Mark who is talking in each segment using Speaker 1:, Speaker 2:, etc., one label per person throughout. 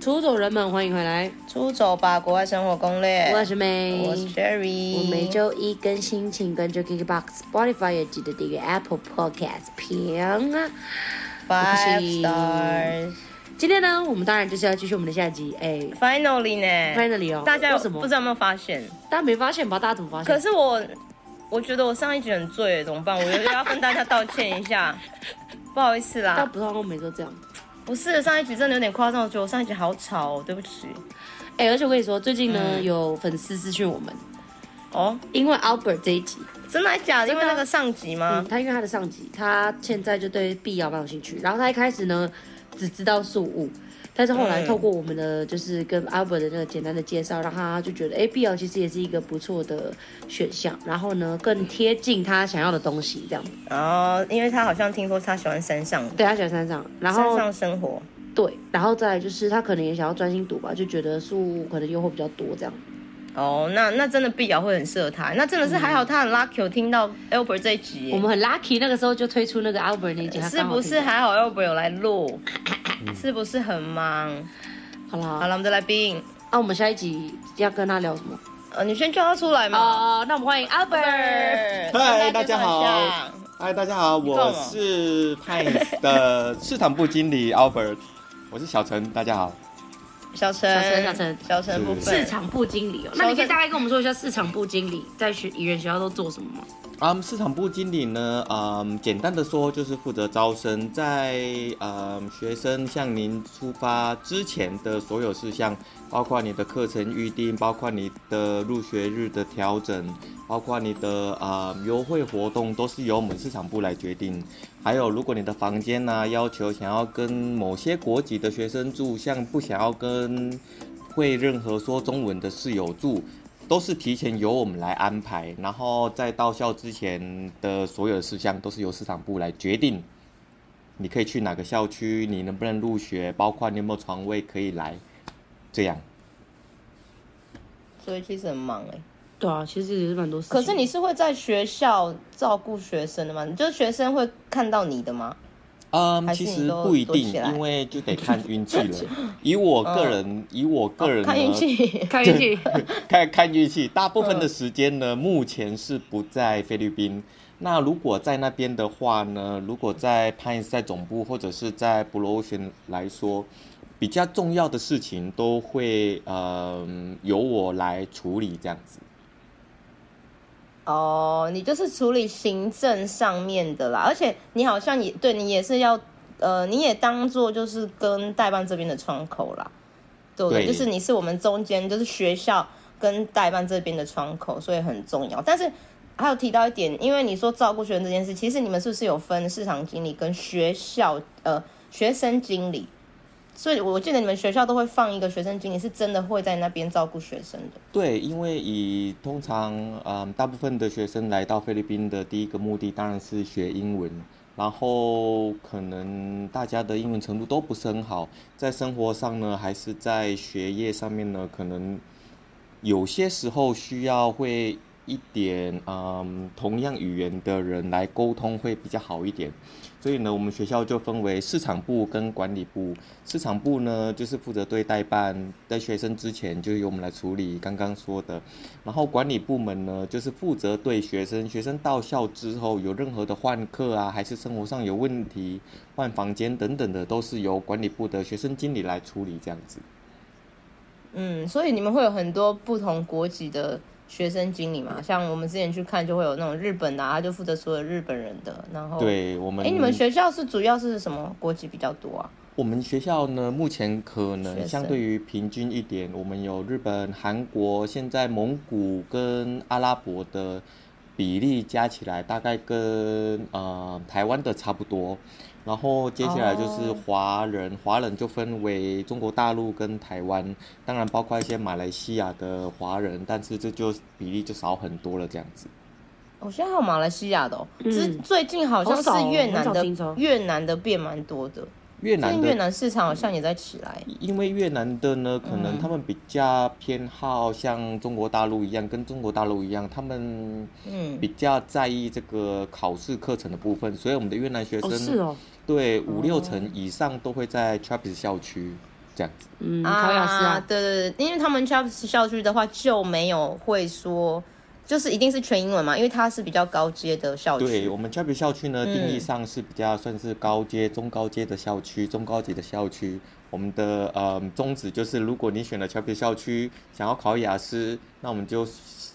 Speaker 1: 出走人们，欢迎回来，
Speaker 2: 出走吧，国外生活攻略。
Speaker 1: 我是梅，
Speaker 2: 哎我是 Jerry，
Speaker 1: 我每周一更新，请关注 KKBOX、Spotify，也记得订阅 Apple Podcast 评啊。
Speaker 2: five
Speaker 1: 不行
Speaker 2: stars。
Speaker 1: 今天呢，我们当然就是要继续我们的下集，哎
Speaker 2: Finally 呢
Speaker 1: ，Finally 哦，
Speaker 2: 哎大家有
Speaker 1: 为什么
Speaker 2: 不知？道有没有发现？
Speaker 1: 大家没发现吧？大家怎么发现？
Speaker 2: 可是我，我觉得我上一集很醉，怎么办？我 又要跟大家道歉 一下，不好意思
Speaker 1: 但
Speaker 2: 啦。
Speaker 1: 不是我每周这样。
Speaker 2: 不是上一集真的有点夸张，我觉得我上一集好吵、哦，对不起。
Speaker 1: 哎、而且我跟你说，最近呢、
Speaker 2: 嗯
Speaker 1: 有粉丝私讯我们，
Speaker 2: 哦，
Speaker 1: 因为 Albert 这一集，
Speaker 2: 真的还假的？因为那个上集吗
Speaker 1: 啊嗯，？他因为他的上级，他现在就对碧瑶蛮有兴趣。然后他一开始呢，只知道素物，但是后来
Speaker 2: 嗯
Speaker 1: 透过我们的就是跟 Albert 的那个简单的介绍，让他就觉得，哎，碧瑶其实也是一个不错的选项。然后呢，更贴近他想要的东西，这样子。
Speaker 2: 然后，哦因为他好像听说他喜欢山上，
Speaker 1: 对他喜欢山上，然
Speaker 2: 山
Speaker 1: 后
Speaker 2: 上生活。
Speaker 1: 对，然后再来就是他可能也想要专心读吧，就觉得素物可能诱惑比较多这样。
Speaker 2: 哦，那那真的碧瑶会很适合他，那真的是还好，他很 lucky 有听到 Albert 这一集耶，
Speaker 1: 我们很 lucky，那个时候就推出那个 Albert 那一集，他
Speaker 2: 是
Speaker 1: 刚好
Speaker 2: 不
Speaker 1: 听
Speaker 2: 是
Speaker 1: 到嗯
Speaker 2: 还好 Albert 有来录？是不是很忙？
Speaker 1: 好啦，
Speaker 2: 好了，我们的来宾，
Speaker 1: 那、我们下一集要跟他聊什么？
Speaker 2: 呃，你先叫他出来嘛。
Speaker 1: 哦，那我们欢迎 Albert。
Speaker 2: 嗨
Speaker 3: 嗨，大家好。嗨，大家好，我是 Pines 的市场部经理 Albert，我是小陈，大家好。
Speaker 2: 小陈，
Speaker 1: 小陈小陈
Speaker 2: 小陈部分
Speaker 1: 市。场部经理哦，那你可以大概跟我们说一下市场部经理在学语言学校都做什么吗？
Speaker 3: 啊、市场部经理呢，嗯，简单的说就是负责招生，在嗯学生向您出发之前的所有事项，包括你的课程预定，包括你的入学日的调整，包括你的啊、呃优惠活动，都是由我们市场部来决定。还有，如果你的房间呢、要求想要跟某些国籍的学生住，像不想要跟会任何说中文的室友住，都是提前由我们来安排，然后在到校之前的所有事项都是由市场部来决定。你可以去哪个校区，你能不能入学，包括你有没有床位可以来，这样。
Speaker 2: 所以其实很忙哎、
Speaker 1: 对啊，其实也是蛮多事情。
Speaker 2: 可是你是会在学校照顾学生的吗？你就是学生会看到你的吗？还
Speaker 3: 嗯，
Speaker 2: 是
Speaker 3: 其
Speaker 2: 你
Speaker 3: 实
Speaker 2: 都
Speaker 3: 不一
Speaker 2: 躲
Speaker 3: 定
Speaker 2: 起来，嗯
Speaker 3: 因为就得看运气 了。以我个人，以我个人
Speaker 2: 哦看运
Speaker 3: 呢，
Speaker 2: 气。
Speaker 1: 看运气，
Speaker 3: 看看运气。大部分的时间呢，目前是不在菲律宾。那如果在那边的话呢，如果在潘在总部或者是在 Blue Ocean 来说，比较重要的事情都会呃由我来处理这样子。
Speaker 2: 哦，你就是处理行政上面的啦，而且你好像也对你也是要，呃，你也当做就是跟代办这边的窗口啦，对不对？就
Speaker 3: 对
Speaker 2: 是你是我们中间，就是学校跟代办这边的窗口，所以很重要。但是还有提到一点，因为你说照顾学生这件事，其实你们是不是有分市场经理跟学校呃学生经理？所以我记得你们学校都会放一个学生经理，是真的会在那边照顾学生的。
Speaker 3: 对，因为以通常嗯，大部分的学生来到菲律宾的第一个目的当然是学英文，然后可能大家的英文程度都不是很好，在生活上呢，还是在学业上面呢，可能有些时候需要会一点嗯同样语言的人来沟通会比较好一点。所以呢，我们学校就分为市场部跟管理部。市场部呢，就是负责对代办，在学生之前就由我们来处理刚刚说的。然后管理部门呢，就是负责对学生，学生到校之后有任何的换课啊，还是生活上有问题、换房间等等的，都是由管理部的学生经理来处理这样子。
Speaker 2: 嗯，所以你们会有很多不同国籍的学生经理嘛？像我们之前去看，就会有那种日本的、啊，他就负责所有日本人的。然后，，
Speaker 3: 对我们，
Speaker 2: 哎，你们学校是主要是什么国籍比较多啊？
Speaker 3: 我们学校呢，目前可
Speaker 2: 学生
Speaker 3: 能相对于平均一点，我们有日本、韩国，现在蒙古跟阿拉伯的比例加起来大概跟呃台湾的差不多。然后接下来就是
Speaker 2: 哦
Speaker 3: 华人，华人就分为中国大陆跟台湾，当然包括一些马来西亚的华人，但是这就比例就少很多了这样子。
Speaker 2: 我哦现在还有马来西亚的、哦，
Speaker 1: 嗯
Speaker 2: 之最近好像
Speaker 1: 好
Speaker 2: 是
Speaker 1: 少哦
Speaker 2: 越南
Speaker 1: 很
Speaker 2: 的，
Speaker 1: 少听说
Speaker 2: 越南的变蛮多的，
Speaker 3: 越
Speaker 2: 最
Speaker 3: 南
Speaker 2: 近
Speaker 3: 的
Speaker 2: 越南市场好像也在起来。
Speaker 3: 因为越南的呢，
Speaker 1: 嗯
Speaker 3: 可能他们比较偏好像中国大陆一样，跟中国大陆一样，他们
Speaker 2: 嗯，
Speaker 3: 比较在意这个考试课程的部分，所以我们的越南学
Speaker 1: 哦
Speaker 3: 生、
Speaker 1: 是哦，
Speaker 3: 对五六成以上都会在 Trappist 校区。这样子。
Speaker 1: 嗯，考雅思啊，
Speaker 2: 对对对，因为他们校校区的话就没有会说，就是一定是全英文嘛，因为它是比较高阶的校
Speaker 3: 对
Speaker 2: 区嗯
Speaker 3: 我。们 c h a p 校区呢，定义上是比较算是高阶、中高阶的校区，中高级的校区。我们的呃宗旨就是，如果你选了 c h a p 校区，想要考雅思，那我们就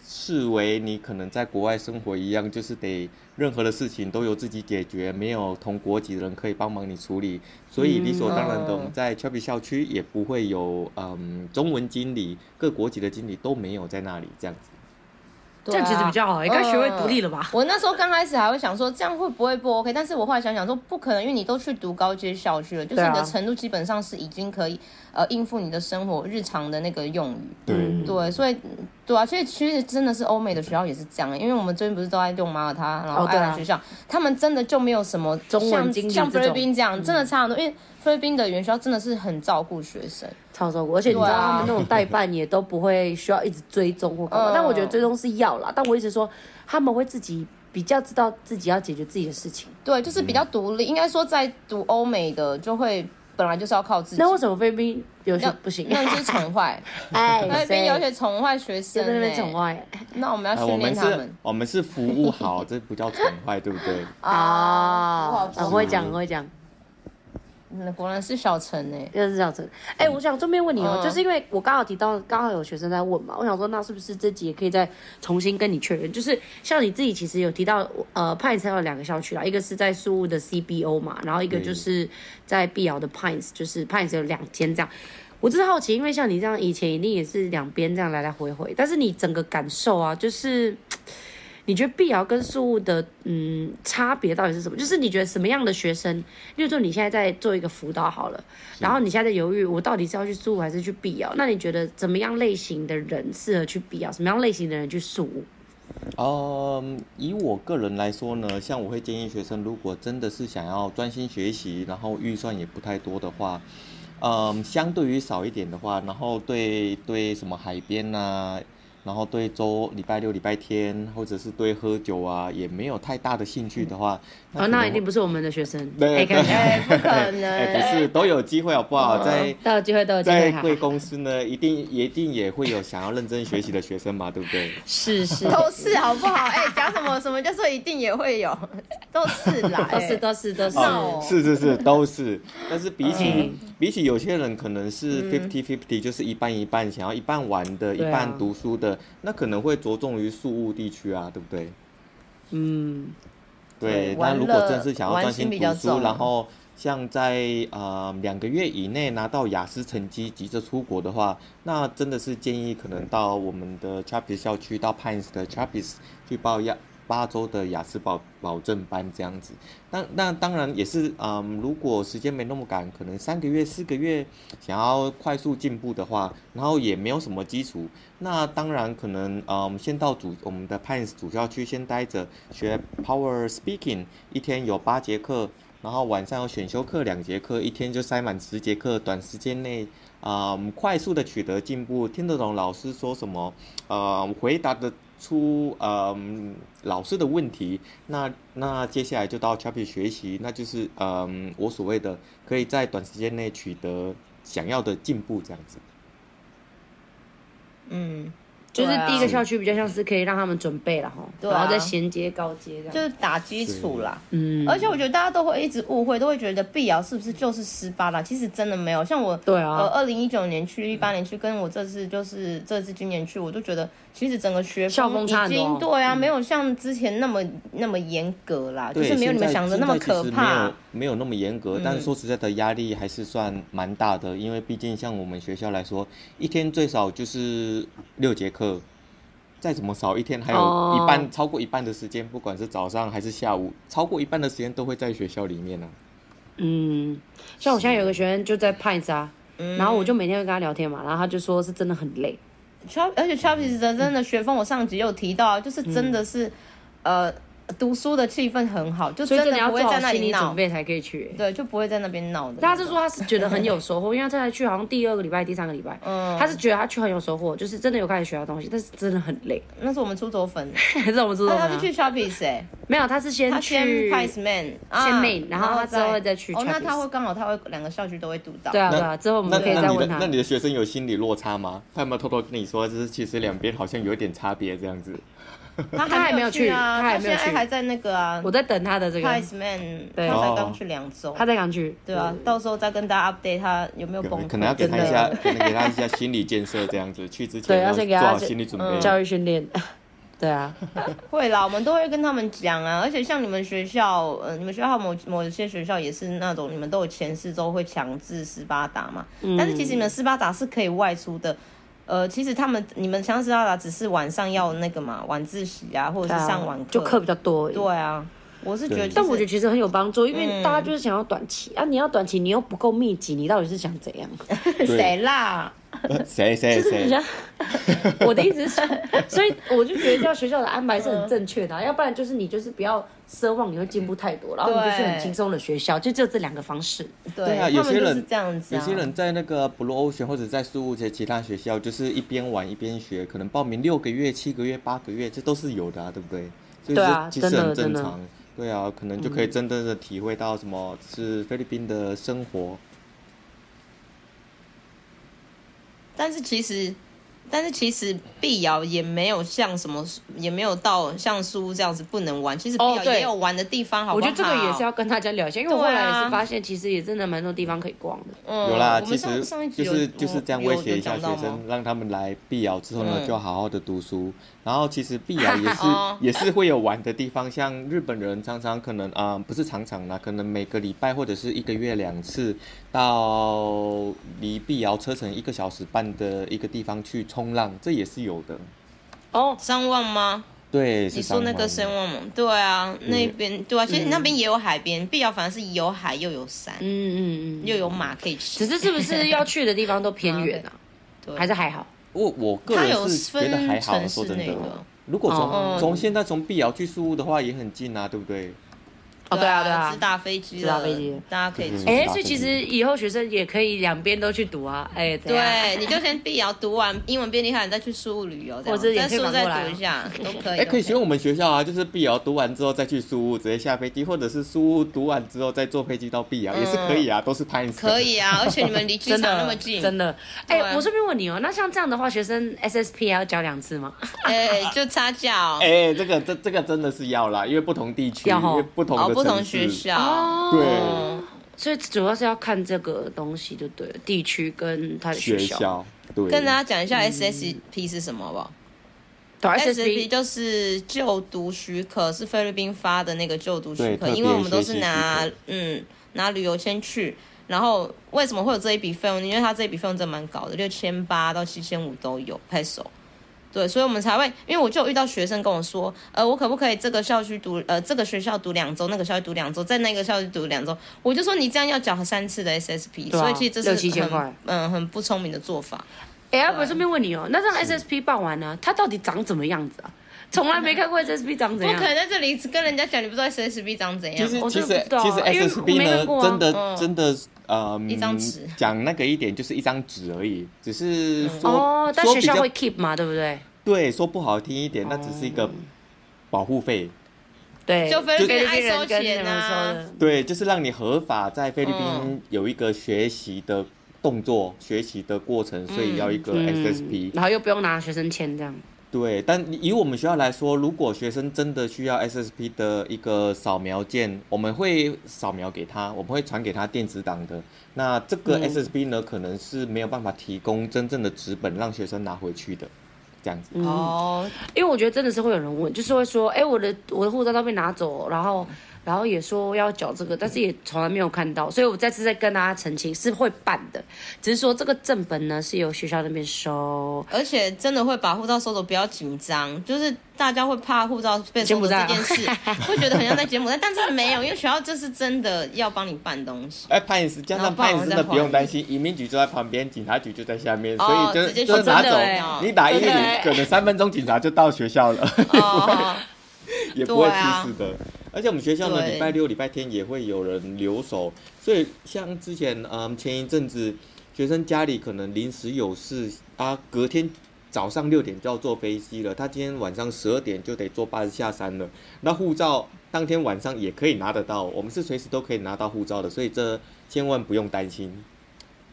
Speaker 3: 视为你可能在国外生活一样，就是得任何的事情都由自己解决，没有同国籍的人可以帮忙你处理。所以理所当然的，
Speaker 2: 哦
Speaker 3: 我们在 c h a p 校区也不会有嗯中文经理，各国籍的经理都没有在那里这样子。
Speaker 1: 这
Speaker 2: 啊
Speaker 1: 样其实比较好，应该学会独立了吧？
Speaker 2: 我那时候刚开始还会想说这样会不会不 OK，但是我后来想想说不可能，因为你都去读高阶校区了，就是
Speaker 1: 对啊
Speaker 2: 你的程度基本上是已经可以呃应付你的生活日常的那个用语。
Speaker 3: 对
Speaker 1: 嗯
Speaker 2: 对，所以对啊，所以其实真的是欧美的学校也是这样，因为我们最近不是都在用马耳他，然后
Speaker 1: 哦
Speaker 2: 爱
Speaker 1: 对啊
Speaker 2: 尔兰学校，他们真的就没有什么
Speaker 1: 中文
Speaker 2: 像
Speaker 1: 经济
Speaker 2: 像
Speaker 1: 这
Speaker 2: 菲律
Speaker 1: 种嗯
Speaker 2: 宾这样，真的差很多，因为菲律宾的原校真的是很照顾学生，
Speaker 1: 超超过，而且你知道
Speaker 2: 对啊
Speaker 1: 他们那种代办也都不会需要一直追踪或干嘛，
Speaker 2: 嗯
Speaker 1: 但我觉得追踪是要啦，但我一直说他们会自己比较知道自己要解决自己的事情。
Speaker 2: 对，就是比较
Speaker 1: 嗯
Speaker 2: 独立，应该说在读欧美的就会本来就是要靠自己
Speaker 1: 那，为什么菲律宾有些不行？
Speaker 2: 那就是宠坏，
Speaker 1: 哎，
Speaker 2: 菲律宾有些宠坏学
Speaker 1: 谁
Speaker 2: 生、
Speaker 1: 在那边哎
Speaker 2: 欸
Speaker 1: 宠，坏
Speaker 2: 那我们要
Speaker 3: 呃，我
Speaker 2: 训练
Speaker 3: 们
Speaker 2: 他
Speaker 3: 是
Speaker 2: 们，
Speaker 3: 我们是服务好，这不叫宠坏，对不对？
Speaker 2: 不好
Speaker 1: 啊，很
Speaker 2: 说
Speaker 1: 会讲，很会讲。
Speaker 2: 嗯果然是小陈哎、
Speaker 1: 又是这样子。哎、我想顺便问你哦、
Speaker 2: 嗯
Speaker 1: 就是因为我刚好提到，刚好有学生在问嘛，我想说，那是不是这集也可以再重新跟你确认？就是像你自己其实有提到，呃，Pines 还有两个校区啦，一个是在苏务的 CBO 嘛，然后一个就是在碧瑶的 Pines，就是 Pines 有两间这样。我只是好奇，因为像你这样以前一定也是两边这样来来回回，但是你整个感受啊，就是。你觉得碧瑶跟素物的嗯差别到底是什么？就是你觉得什么样的学生，例如说你现在在做一个辅导好了，然后你现在在犹豫我到底是要去素物还是去碧瑶？那你觉得怎么样类型的人适合去碧瑶，什么样类型的人去素物？
Speaker 3: 嗯，以我个人来说呢，像我会建议学生，如果真的是想要专心学习，然后预算也不太多的话，嗯，相对于少一点的话，然后对对什么海边呐、然后对周礼拜六、礼拜天，或者是对喝酒啊，也没有太大的兴趣的话，
Speaker 1: 哦，
Speaker 3: 可
Speaker 1: 那
Speaker 3: 能
Speaker 1: 一定不是我们的学生。哎
Speaker 3: 对
Speaker 1: 看
Speaker 3: 对
Speaker 1: 看
Speaker 2: 哎、不 可能，
Speaker 3: 哎、不是都有机会好不好？在
Speaker 1: 都有机会，都有机
Speaker 3: 在
Speaker 1: 会哈。
Speaker 3: 贵公司呢，一定一定也会有想要认真学习的学生嘛，对不对？
Speaker 1: 是是，
Speaker 2: 都是好不好？哎、讲什么什么叫做一定也会有， 都是啦，
Speaker 1: 都是
Speaker 2: 哎
Speaker 1: 都是都是。
Speaker 2: 哦
Speaker 3: 是是是，都是。但是比起、
Speaker 1: 嗯
Speaker 3: 比起有些人可能是 fifty fifty，、就是一半一半，想要一半玩的，一
Speaker 1: 对啊
Speaker 3: 半读书的，那可能会着重于宿务地区啊，对不对？
Speaker 1: 嗯，
Speaker 3: 对
Speaker 2: 对，
Speaker 3: 那
Speaker 2: 玩
Speaker 3: 如果
Speaker 2: 乐
Speaker 3: 真是想要
Speaker 2: 玩
Speaker 3: 专
Speaker 2: 心
Speaker 3: 心
Speaker 2: 比
Speaker 3: 读
Speaker 2: 较
Speaker 3: 书，
Speaker 2: 重
Speaker 3: 然后像在呃两个月以内拿到雅思成绩，急着出国的话，那真的是建议可能到我们的 Chapis 校区，到 Pines 的 Chapis 去报雅八周的雅思保保证班这样子。那那当然也是，嗯，如果时间没那么赶，可能三个月、四个月想要快速进步的话，然后也没有什么基础，那当然可能，嗯，先到主我们的 Pines 主校区先待着，学 Power Speaking，一天有八节课，然后晚上有选修课两节课，一天就塞满十节课，短时间内，嗯，快速的取得进步，听得懂老师说什么，呃，回答得出，嗯，老师的问题，那那接下来就到 Chappy 学习，那就是，嗯，我所谓的可以在短时间内取得想要的进步这样子。
Speaker 2: 嗯，
Speaker 1: 就是
Speaker 2: 对啊
Speaker 1: 第一个校区比较像是可以让他们准备了哈，
Speaker 2: 对啊
Speaker 1: 然后再衔接高阶这
Speaker 2: 就
Speaker 1: 样。
Speaker 2: 是打基础啦。
Speaker 1: 嗯，
Speaker 2: 而且我觉得大家都会一直误会，都会觉得碧瑶是不是就是十八啦？其实真的没有，像我
Speaker 1: 对啊
Speaker 2: 呃，二零一九年去，一八年去，跟我这次就是这次今年去，我就觉得其实整个学
Speaker 1: 校风
Speaker 2: 已
Speaker 1: 差很多
Speaker 2: 经对啊，没有像之前那么那么严格啦，就
Speaker 3: 对，
Speaker 2: 是没有你们
Speaker 3: 现在
Speaker 2: 想的
Speaker 3: 现
Speaker 2: 那么
Speaker 3: 在其
Speaker 2: 可
Speaker 3: 实没
Speaker 2: 怕嗯
Speaker 3: 有。没有那么严格，但是说实在的，压力还是算蛮大的，因为毕竟像我们学校来说，一天最少就是六节课，再怎么少一天还有
Speaker 1: 哦
Speaker 3: 一半、超过一半的时间，不管是早上还是下午，超过一半的时间都会在学校里面呢、啊
Speaker 1: 嗯，像我现在有个学生就在 Pines 啊，
Speaker 2: 嗯
Speaker 1: 然后我就每天会跟他聊天嘛，然后他就说是真的很累，嗯
Speaker 2: Chop，而且 Chop 其实真的学风，我上集有提到，就是真的是，呃，读书的气氛很好，
Speaker 1: 嗯
Speaker 2: 就
Speaker 1: 所以真
Speaker 2: 真
Speaker 1: 的
Speaker 2: 的
Speaker 1: 要
Speaker 2: 不
Speaker 1: 做
Speaker 2: 会
Speaker 1: 好
Speaker 2: 在那
Speaker 1: 心
Speaker 2: 里
Speaker 1: 理
Speaker 2: 闹
Speaker 1: 准，备才可以去、欸。
Speaker 2: 对，就不会在那边闹的那种。
Speaker 1: 他是说他是觉得很有收获， 因为他这才去好像第二个礼拜、第三个礼拜，
Speaker 2: 嗯
Speaker 1: 他是觉得他去很有收获，就是真的有开始学到东西，但是真的很 累。
Speaker 2: 那是我们出走 粉，
Speaker 1: 还是我们知道
Speaker 2: 他
Speaker 1: 吗
Speaker 2: 他是去 Choppies 哎，
Speaker 1: 没有，他是先
Speaker 2: 他先
Speaker 1: 去
Speaker 2: Pies Man，
Speaker 1: 先
Speaker 2: 啊
Speaker 1: Main，然后他之后再去
Speaker 2: 哦，那
Speaker 1: Choppies
Speaker 2: 他会刚好他会两个校区都会读到，
Speaker 1: 对啊
Speaker 3: 那
Speaker 1: 对啊，之后我
Speaker 3: 那
Speaker 1: 们可以
Speaker 3: 那
Speaker 1: 再
Speaker 3: 你的
Speaker 1: 问他
Speaker 3: 那。你的学生有心理落差吗？他有没有偷偷跟你说，就是其实两边好像有一点差别这样子？
Speaker 2: 他
Speaker 1: 他还没有去
Speaker 2: 去啊，
Speaker 1: 他还
Speaker 2: 他
Speaker 1: 没有
Speaker 2: 现
Speaker 1: 去
Speaker 2: 在还在那个啊
Speaker 1: 我在等他的这个，
Speaker 2: Pies Man，
Speaker 1: 对
Speaker 2: 他才
Speaker 3: 哦
Speaker 2: 刚去两周
Speaker 1: 他，在港区。
Speaker 2: 对啊，到时候再跟大家 update 他有没有崩溃，
Speaker 3: 可能要给他一
Speaker 2: 真
Speaker 3: 下
Speaker 2: 的，
Speaker 3: 可能给他一下心理建设这样子。去之
Speaker 1: 对
Speaker 3: 前
Speaker 1: 要
Speaker 3: 要
Speaker 1: 先给
Speaker 3: 做
Speaker 1: 他
Speaker 3: 好
Speaker 1: 这
Speaker 3: 心理准
Speaker 1: 嗯
Speaker 3: 备。
Speaker 1: 教育训练， 对 啊，
Speaker 2: 会啦，我们都会跟他们讲啊，而且像你们学校，呃，你们学校某某些学校也是那种，你们都有前四周会强制斯巴达嘛，
Speaker 1: 嗯
Speaker 2: 但是其实你们斯巴达是可以外出的。呃，其实他们你们强制斯巴达只是晚上要那个嘛，晚自习啊，或者
Speaker 1: 对
Speaker 2: 是
Speaker 1: 啊
Speaker 2: 上晚课，
Speaker 1: 就课比较多而已。
Speaker 2: 对啊，嗯我是觉得其
Speaker 3: 对
Speaker 2: 实，
Speaker 1: 但我觉得其实很有帮助，因为大家就是想要短期、啊，你要短期，你又不够密集，你到底是想怎样？
Speaker 2: 得谁啦，
Speaker 3: 谁谁
Speaker 1: 就是你
Speaker 3: 谁
Speaker 1: 想， 我的意思是， 所以我就觉得这样学校的安排是很正确的啊、
Speaker 2: 嗯
Speaker 1: 要不然就是你就是不要奢望你会进步太多，然后你就是很轻松的学校，就只有这两个方式。
Speaker 2: 对
Speaker 3: 啊，
Speaker 2: 他
Speaker 3: 有
Speaker 2: 们
Speaker 3: 些
Speaker 2: 就是
Speaker 3: 人
Speaker 2: 这样子、啊，
Speaker 3: 有些人在那个 Blue Ocean 或者在苏务这其他学校，就是一边玩一边学，可能报名六个月、七个月、八个月，这都是有的啊，对不对？所以
Speaker 1: 对啊
Speaker 3: 这其实
Speaker 1: 真的
Speaker 3: 很正
Speaker 1: 真的嗯
Speaker 3: 常。对啊，可能就可以真正的体会到什么是菲律宾的生活。
Speaker 2: 但是其实，但是其实碧瑶也没有像什么，也没有到像苏这样子不能玩。其实碧
Speaker 1: 哦
Speaker 2: 瑶
Speaker 1: 对
Speaker 2: 也有玩的地方，好不
Speaker 1: 我觉
Speaker 2: 好？
Speaker 1: 得这个也是要跟大家聊一下，因为我后
Speaker 2: 对啊
Speaker 1: 来也是发现，其实也真的蛮多地方可以逛的。
Speaker 2: 嗯
Speaker 3: 有啦，
Speaker 2: 我
Speaker 3: 其
Speaker 2: 们上
Speaker 3: 实
Speaker 2: 上一集
Speaker 3: 就
Speaker 2: 有
Speaker 3: 是就是这样
Speaker 2: 有
Speaker 3: 威胁
Speaker 2: 有
Speaker 3: 一下
Speaker 2: 讲
Speaker 3: 学
Speaker 2: 到吗
Speaker 3: 生，让他们来碧瑶之后呢，
Speaker 2: 嗯
Speaker 3: 就好好的读书。然后其实碧 瑶也是
Speaker 2: 哦
Speaker 3: 也是会有玩的地方，像日本人常常可能啊、不是常常啦，可能每个礼拜或者是一个月两次，到离碧瑶车程一个小时半的一个地方去冲浪，这也是有的。
Speaker 1: 哦，
Speaker 2: 三万吗？
Speaker 3: 对，是
Speaker 2: 你说那个
Speaker 3: 山
Speaker 2: 三
Speaker 3: 王
Speaker 2: 万吗？对啊，
Speaker 3: 嗯
Speaker 2: 那边对啊，其实那边也有海边，碧瑶反而是有海又有山，
Speaker 1: 嗯嗯嗯，
Speaker 2: 又有马可以
Speaker 1: 只
Speaker 2: 骑。
Speaker 1: 是是不是要去的地方都偏远啊？
Speaker 2: 对
Speaker 1: 还是还好？
Speaker 3: 我我个
Speaker 2: 它有
Speaker 3: 人是觉得还
Speaker 2: 分
Speaker 3: 好，
Speaker 2: 城
Speaker 3: 说
Speaker 2: 市
Speaker 3: 真
Speaker 2: 内
Speaker 3: 的
Speaker 2: 的。
Speaker 3: 如果从、
Speaker 1: 哦
Speaker 3: 从现在从碧瑶去宿务的话，也很近啊，对不对？
Speaker 1: 哦，对啊对啊
Speaker 2: 是，搭飞机
Speaker 1: 是
Speaker 2: 了，
Speaker 1: 搭飞机
Speaker 2: 大家可以
Speaker 3: 嗯
Speaker 2: 坐。
Speaker 1: 哎、所以其实以后学生也可以两边都去读啊，哎、怎样
Speaker 2: 对，你就先碧瑶读完英文变厉害，你再去苏务旅游，这
Speaker 1: 或
Speaker 2: 样
Speaker 1: 者也
Speaker 2: 再
Speaker 1: 可以
Speaker 2: 苏
Speaker 1: 反过来
Speaker 2: 再
Speaker 1: 啊
Speaker 2: 读一下都可以。
Speaker 3: 哎、可以
Speaker 2: 都
Speaker 3: 学我们学校啊，就是碧瑶读完之后再去苏屋，直接下飞机，或者是苏屋读完之后再坐飞机到碧瑶、
Speaker 1: 嗯
Speaker 3: 也是可以啊，都是 p i
Speaker 2: 可。以啊，而且你们离机
Speaker 1: 真
Speaker 2: 场
Speaker 1: 的
Speaker 2: 那么近，
Speaker 1: 真的。哎、
Speaker 2: 对啊
Speaker 1: 我顺便问你哦，那像这样的话，学生 SSP 还要交两次吗？
Speaker 2: 哎、就差价哦，
Speaker 3: 哎、这个这这个真的是要啦，因为不同地区，
Speaker 1: 要
Speaker 3: 因
Speaker 1: 吼
Speaker 3: 为不同的、
Speaker 2: 哦，不同学。校，
Speaker 1: 哦
Speaker 2: 嗯
Speaker 3: 对，
Speaker 1: 所以主要是要看这个东西，对不对了？地区跟他的
Speaker 3: 学
Speaker 1: 校。
Speaker 3: 校对，
Speaker 2: 跟大家讲一下 SSP 是什么好不好
Speaker 1: 对啊
Speaker 2: SSP
Speaker 1: SSP
Speaker 2: 就是就读许可，是菲律宾发的那个就读许可，
Speaker 3: 对
Speaker 2: 因为我们都是拿
Speaker 3: 特别学习许
Speaker 2: 嗯拿旅游签去。然后为什么会有这一笔费用？因为它这一笔费用真的蛮高的，六千八到七千五都有 peso。对，所以我们才会，因为我就有遇到学生跟我说，呃，我可不可以这个校区读，呃，这个学校读两周，那个校区读两周，在那个校区读两周？我就说你这样要缴三次的 SSP，、
Speaker 1: 对啊
Speaker 2: 所以其实这是
Speaker 1: 六七千
Speaker 2: 很
Speaker 1: 块
Speaker 2: 嗯，很不聪明的做法。
Speaker 1: 哎，阿伯顺便问你哦，那这样 SSP 办完呢，它到底长怎么样子啊？从来没看过 SSP 长怎
Speaker 2: 不
Speaker 1: 样
Speaker 2: 可。能在这里跟人家讲你不知道 SSP 长怎
Speaker 3: 其
Speaker 2: 样。
Speaker 3: 实
Speaker 1: 我
Speaker 3: 其
Speaker 1: 真的
Speaker 3: 实
Speaker 1: 不知道啊
Speaker 3: 其实
Speaker 1: 因为我
Speaker 3: SSB
Speaker 1: 没看
Speaker 3: 呢，
Speaker 1: 过啊
Speaker 3: 真的
Speaker 2: 嗯
Speaker 3: 真的呃，
Speaker 2: 一张纸
Speaker 3: 讲那个一点就是一张纸而已，只是说、
Speaker 1: 哦，但
Speaker 3: 说
Speaker 1: 学
Speaker 3: 比
Speaker 1: 校
Speaker 3: 较
Speaker 1: 会 keep 嘛，对不对？
Speaker 3: 对说不好听一点，那只是一
Speaker 1: 哦
Speaker 3: 个保护费。
Speaker 1: 对，
Speaker 2: 就菲律宾
Speaker 1: 菲
Speaker 2: 爱收
Speaker 1: 人跟
Speaker 2: 钱啊
Speaker 1: 那个时候的
Speaker 3: 对，就是让你合法在菲律宾
Speaker 2: 嗯
Speaker 3: 有一个学习的动作、学习的过程，所以要一个
Speaker 1: 嗯
Speaker 3: SSP。
Speaker 1: 然后又不用拿学生签这样。
Speaker 3: 对，但以我们学校来说，如果学生真的需要 SSP 的一个扫描件，我们会扫描给他，我们会传给他电子档的。那这
Speaker 2: 嗯
Speaker 3: 个 SSP 呢，可能是没有办法提供真正的纸本让学生拿回去的，这样子。
Speaker 2: 哦，
Speaker 1: 因为我觉得真的是会有人问，就是会说，哎、我的我的护照都被拿走，然后然后也说要缴这个，但是也从来没有看到，所以我再次再跟大家澄清，是会办的，只是说这个正本呢是由学校那边收。
Speaker 2: 而且真的会把护照收走，不要紧张，就是大家会怕护照被收走这件事，会觉得很像在柬埔寨，但是没有，因为学校这是真的要帮你办东西。
Speaker 3: 哎，潘影斯加
Speaker 2: 然
Speaker 3: 上
Speaker 2: 后不然
Speaker 3: 潘
Speaker 2: 我
Speaker 3: 影斯
Speaker 2: 再
Speaker 3: 呢，
Speaker 2: 还
Speaker 3: 不用担心， 移民局就在旁边，警察局就在下面，
Speaker 2: 哦
Speaker 3: 所以
Speaker 2: 直接
Speaker 3: 就就是
Speaker 2: 去
Speaker 3: 拿
Speaker 1: 真
Speaker 3: 走
Speaker 1: 的欸，
Speaker 3: 你打一
Speaker 1: 真的
Speaker 3: 零，
Speaker 1: 欸
Speaker 3: 可能三分钟警察就到学校了。
Speaker 2: 哦，
Speaker 3: 也不会
Speaker 2: 对啊
Speaker 3: 去世的。而且我们学校呢，
Speaker 2: 对
Speaker 3: 礼拜六、礼拜天也会有人留守，所以像之前，嗯，前一阵子学生家里可能临时有事啊，隔天早上六点就要坐飞机了，他今天晚上十二点就得坐巴士下山了。那护照当天晚上也可以拿得到，我们是随时都可以拿到护照的，所以这千万不用担心。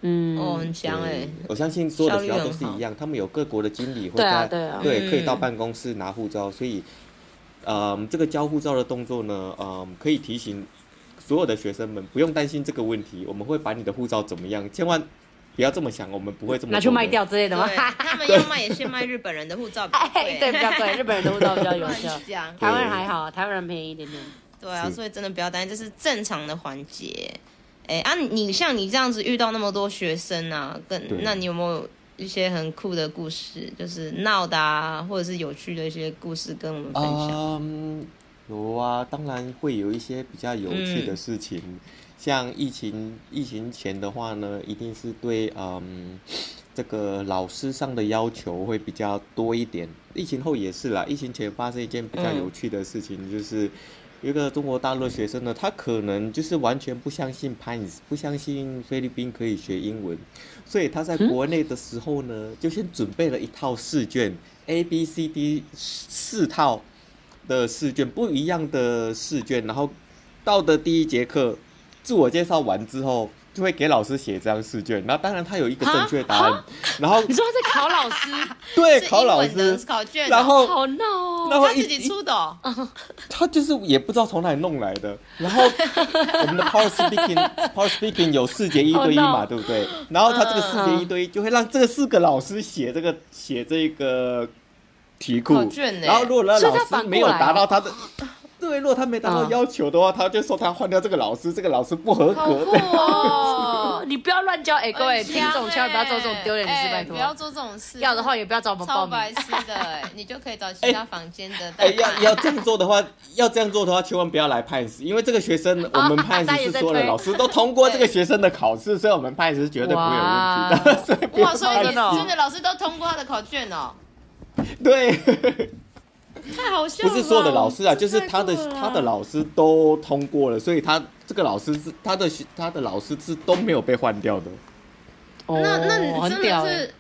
Speaker 1: 嗯，
Speaker 2: 哦，很强哎、
Speaker 3: 对我相信所有的学校
Speaker 2: 效率
Speaker 3: 都
Speaker 2: 很
Speaker 3: 是
Speaker 2: 好
Speaker 3: 一样，他们有各国的经理会
Speaker 1: 对
Speaker 3: 在
Speaker 1: 啊对啊
Speaker 2: 嗯
Speaker 3: 可以到办公室拿护照，所以，嗯，这个交护照的动作呢，嗯，可以提醒所有的学生们不用担心这个问题，我们会把你的护照怎么样，千万不要这么想，我们不会这么
Speaker 1: 拿去
Speaker 3: 做的
Speaker 1: 卖。掉之类的吗？
Speaker 2: 对，他们要卖也是卖日本人的护照比较
Speaker 1: 哎，
Speaker 2: 贵，
Speaker 1: 对，比较贵，日本人的护照比较有效，
Speaker 2: 乱讲。
Speaker 1: 台湾人还好，台湾人便宜一点点。
Speaker 2: 对啊，
Speaker 3: 是
Speaker 2: 所以真的不要担心，这是正常的环节。哎啊，你像你这样子遇到那么多学生啊，
Speaker 3: 对
Speaker 2: 跟那你有没有一些很酷的故事，就是闹的啊，或者是有趣的一些故事跟我们分享？
Speaker 3: 嗯，有啊，当然会有一些比较有趣的
Speaker 2: 嗯
Speaker 3: 事情，像疫情疫情前的话呢，一定是对嗯这个老师上的要求会比较多一点。疫情后也是啦，疫情前发生一件比较有趣的事
Speaker 2: 嗯
Speaker 3: 情，就是。有一个中国大陆的学生呢，他可能就是完全不相信 Pines，不相信菲律宾可以学英文，所以他在
Speaker 2: 嗯
Speaker 3: 国内的时候呢，就先准备了一套试卷，A、B、C、D 四套的试卷，不一样的试卷，然后到的第一节课，自我介绍完之后，就会给老师写这张试卷。那当然他有一个正确答 案，然后
Speaker 1: 你说他在考老师，
Speaker 3: 对
Speaker 2: 啊是
Speaker 3: 哎考
Speaker 2: 英
Speaker 3: 老
Speaker 2: 文的
Speaker 3: 师，
Speaker 2: 考卷哦，
Speaker 3: 然后
Speaker 1: 好闹哦。
Speaker 3: 然后
Speaker 2: 他
Speaker 3: 一
Speaker 2: 自己
Speaker 3: 一
Speaker 2: 出的哦，
Speaker 3: 他就是也不知道从哪里弄来的。然后我们的 Power Speaking Power Speaking 有四节一对一
Speaker 1: 哦
Speaker 3: 嘛，
Speaker 1: ，no
Speaker 3: 对不对？然后他这个四
Speaker 1: 嗯
Speaker 3: 节一对一就会让这个四个老师写这个写这个题
Speaker 2: 考
Speaker 3: 库，
Speaker 2: 卷呢
Speaker 3: 然后如果那
Speaker 1: 欸所以
Speaker 3: 老
Speaker 1: 他
Speaker 3: 师
Speaker 1: 反
Speaker 3: 没有
Speaker 1: 过来
Speaker 3: 达
Speaker 1: 哦
Speaker 3: 到他的。对，如果他没达到
Speaker 1: 嗯
Speaker 3: 要求的话，他就说他换掉这个老师，这个老师不合
Speaker 2: 好
Speaker 3: 格
Speaker 2: 酷
Speaker 1: 啊
Speaker 3: 的。
Speaker 2: 哦！
Speaker 1: 你不要乱教，哎、 各位听众千万不要做这种丢脸的
Speaker 2: 啊哎
Speaker 1: 事，拜托
Speaker 2: 不。要做这种事。
Speaker 1: 要的话也不要找我们报
Speaker 2: 超
Speaker 1: 名。
Speaker 2: 白痴的，哎你就可以找其他房间的代
Speaker 3: 哎、要
Speaker 2: 办。
Speaker 3: 要这样做的话，要这样做的话，千万不要来派斯，因为这个学
Speaker 1: 哦
Speaker 3: 生，我们派
Speaker 1: 他也
Speaker 3: 斯是
Speaker 1: 啊在
Speaker 3: 说了，
Speaker 1: 推
Speaker 3: 老师都通过这个
Speaker 2: 对
Speaker 3: 学生的考试，所以我们派斯是绝对不会有问题的。所以不要
Speaker 2: 哇，所以你
Speaker 1: 真的哦
Speaker 2: 真的老师都通过他的考卷哦，
Speaker 3: 对，
Speaker 2: 太好笑
Speaker 3: 不
Speaker 2: 了。
Speaker 3: 是所有的老师啊，就是
Speaker 2: 这太
Speaker 3: 他的
Speaker 2: 酷了
Speaker 3: 他的老师都通过了，所以他这个老师是他的学他的老师是都没有被换掉的。
Speaker 1: 哦
Speaker 2: 那那你
Speaker 1: 很
Speaker 2: 真
Speaker 1: 屌
Speaker 2: 的
Speaker 1: 哎、
Speaker 2: 是，这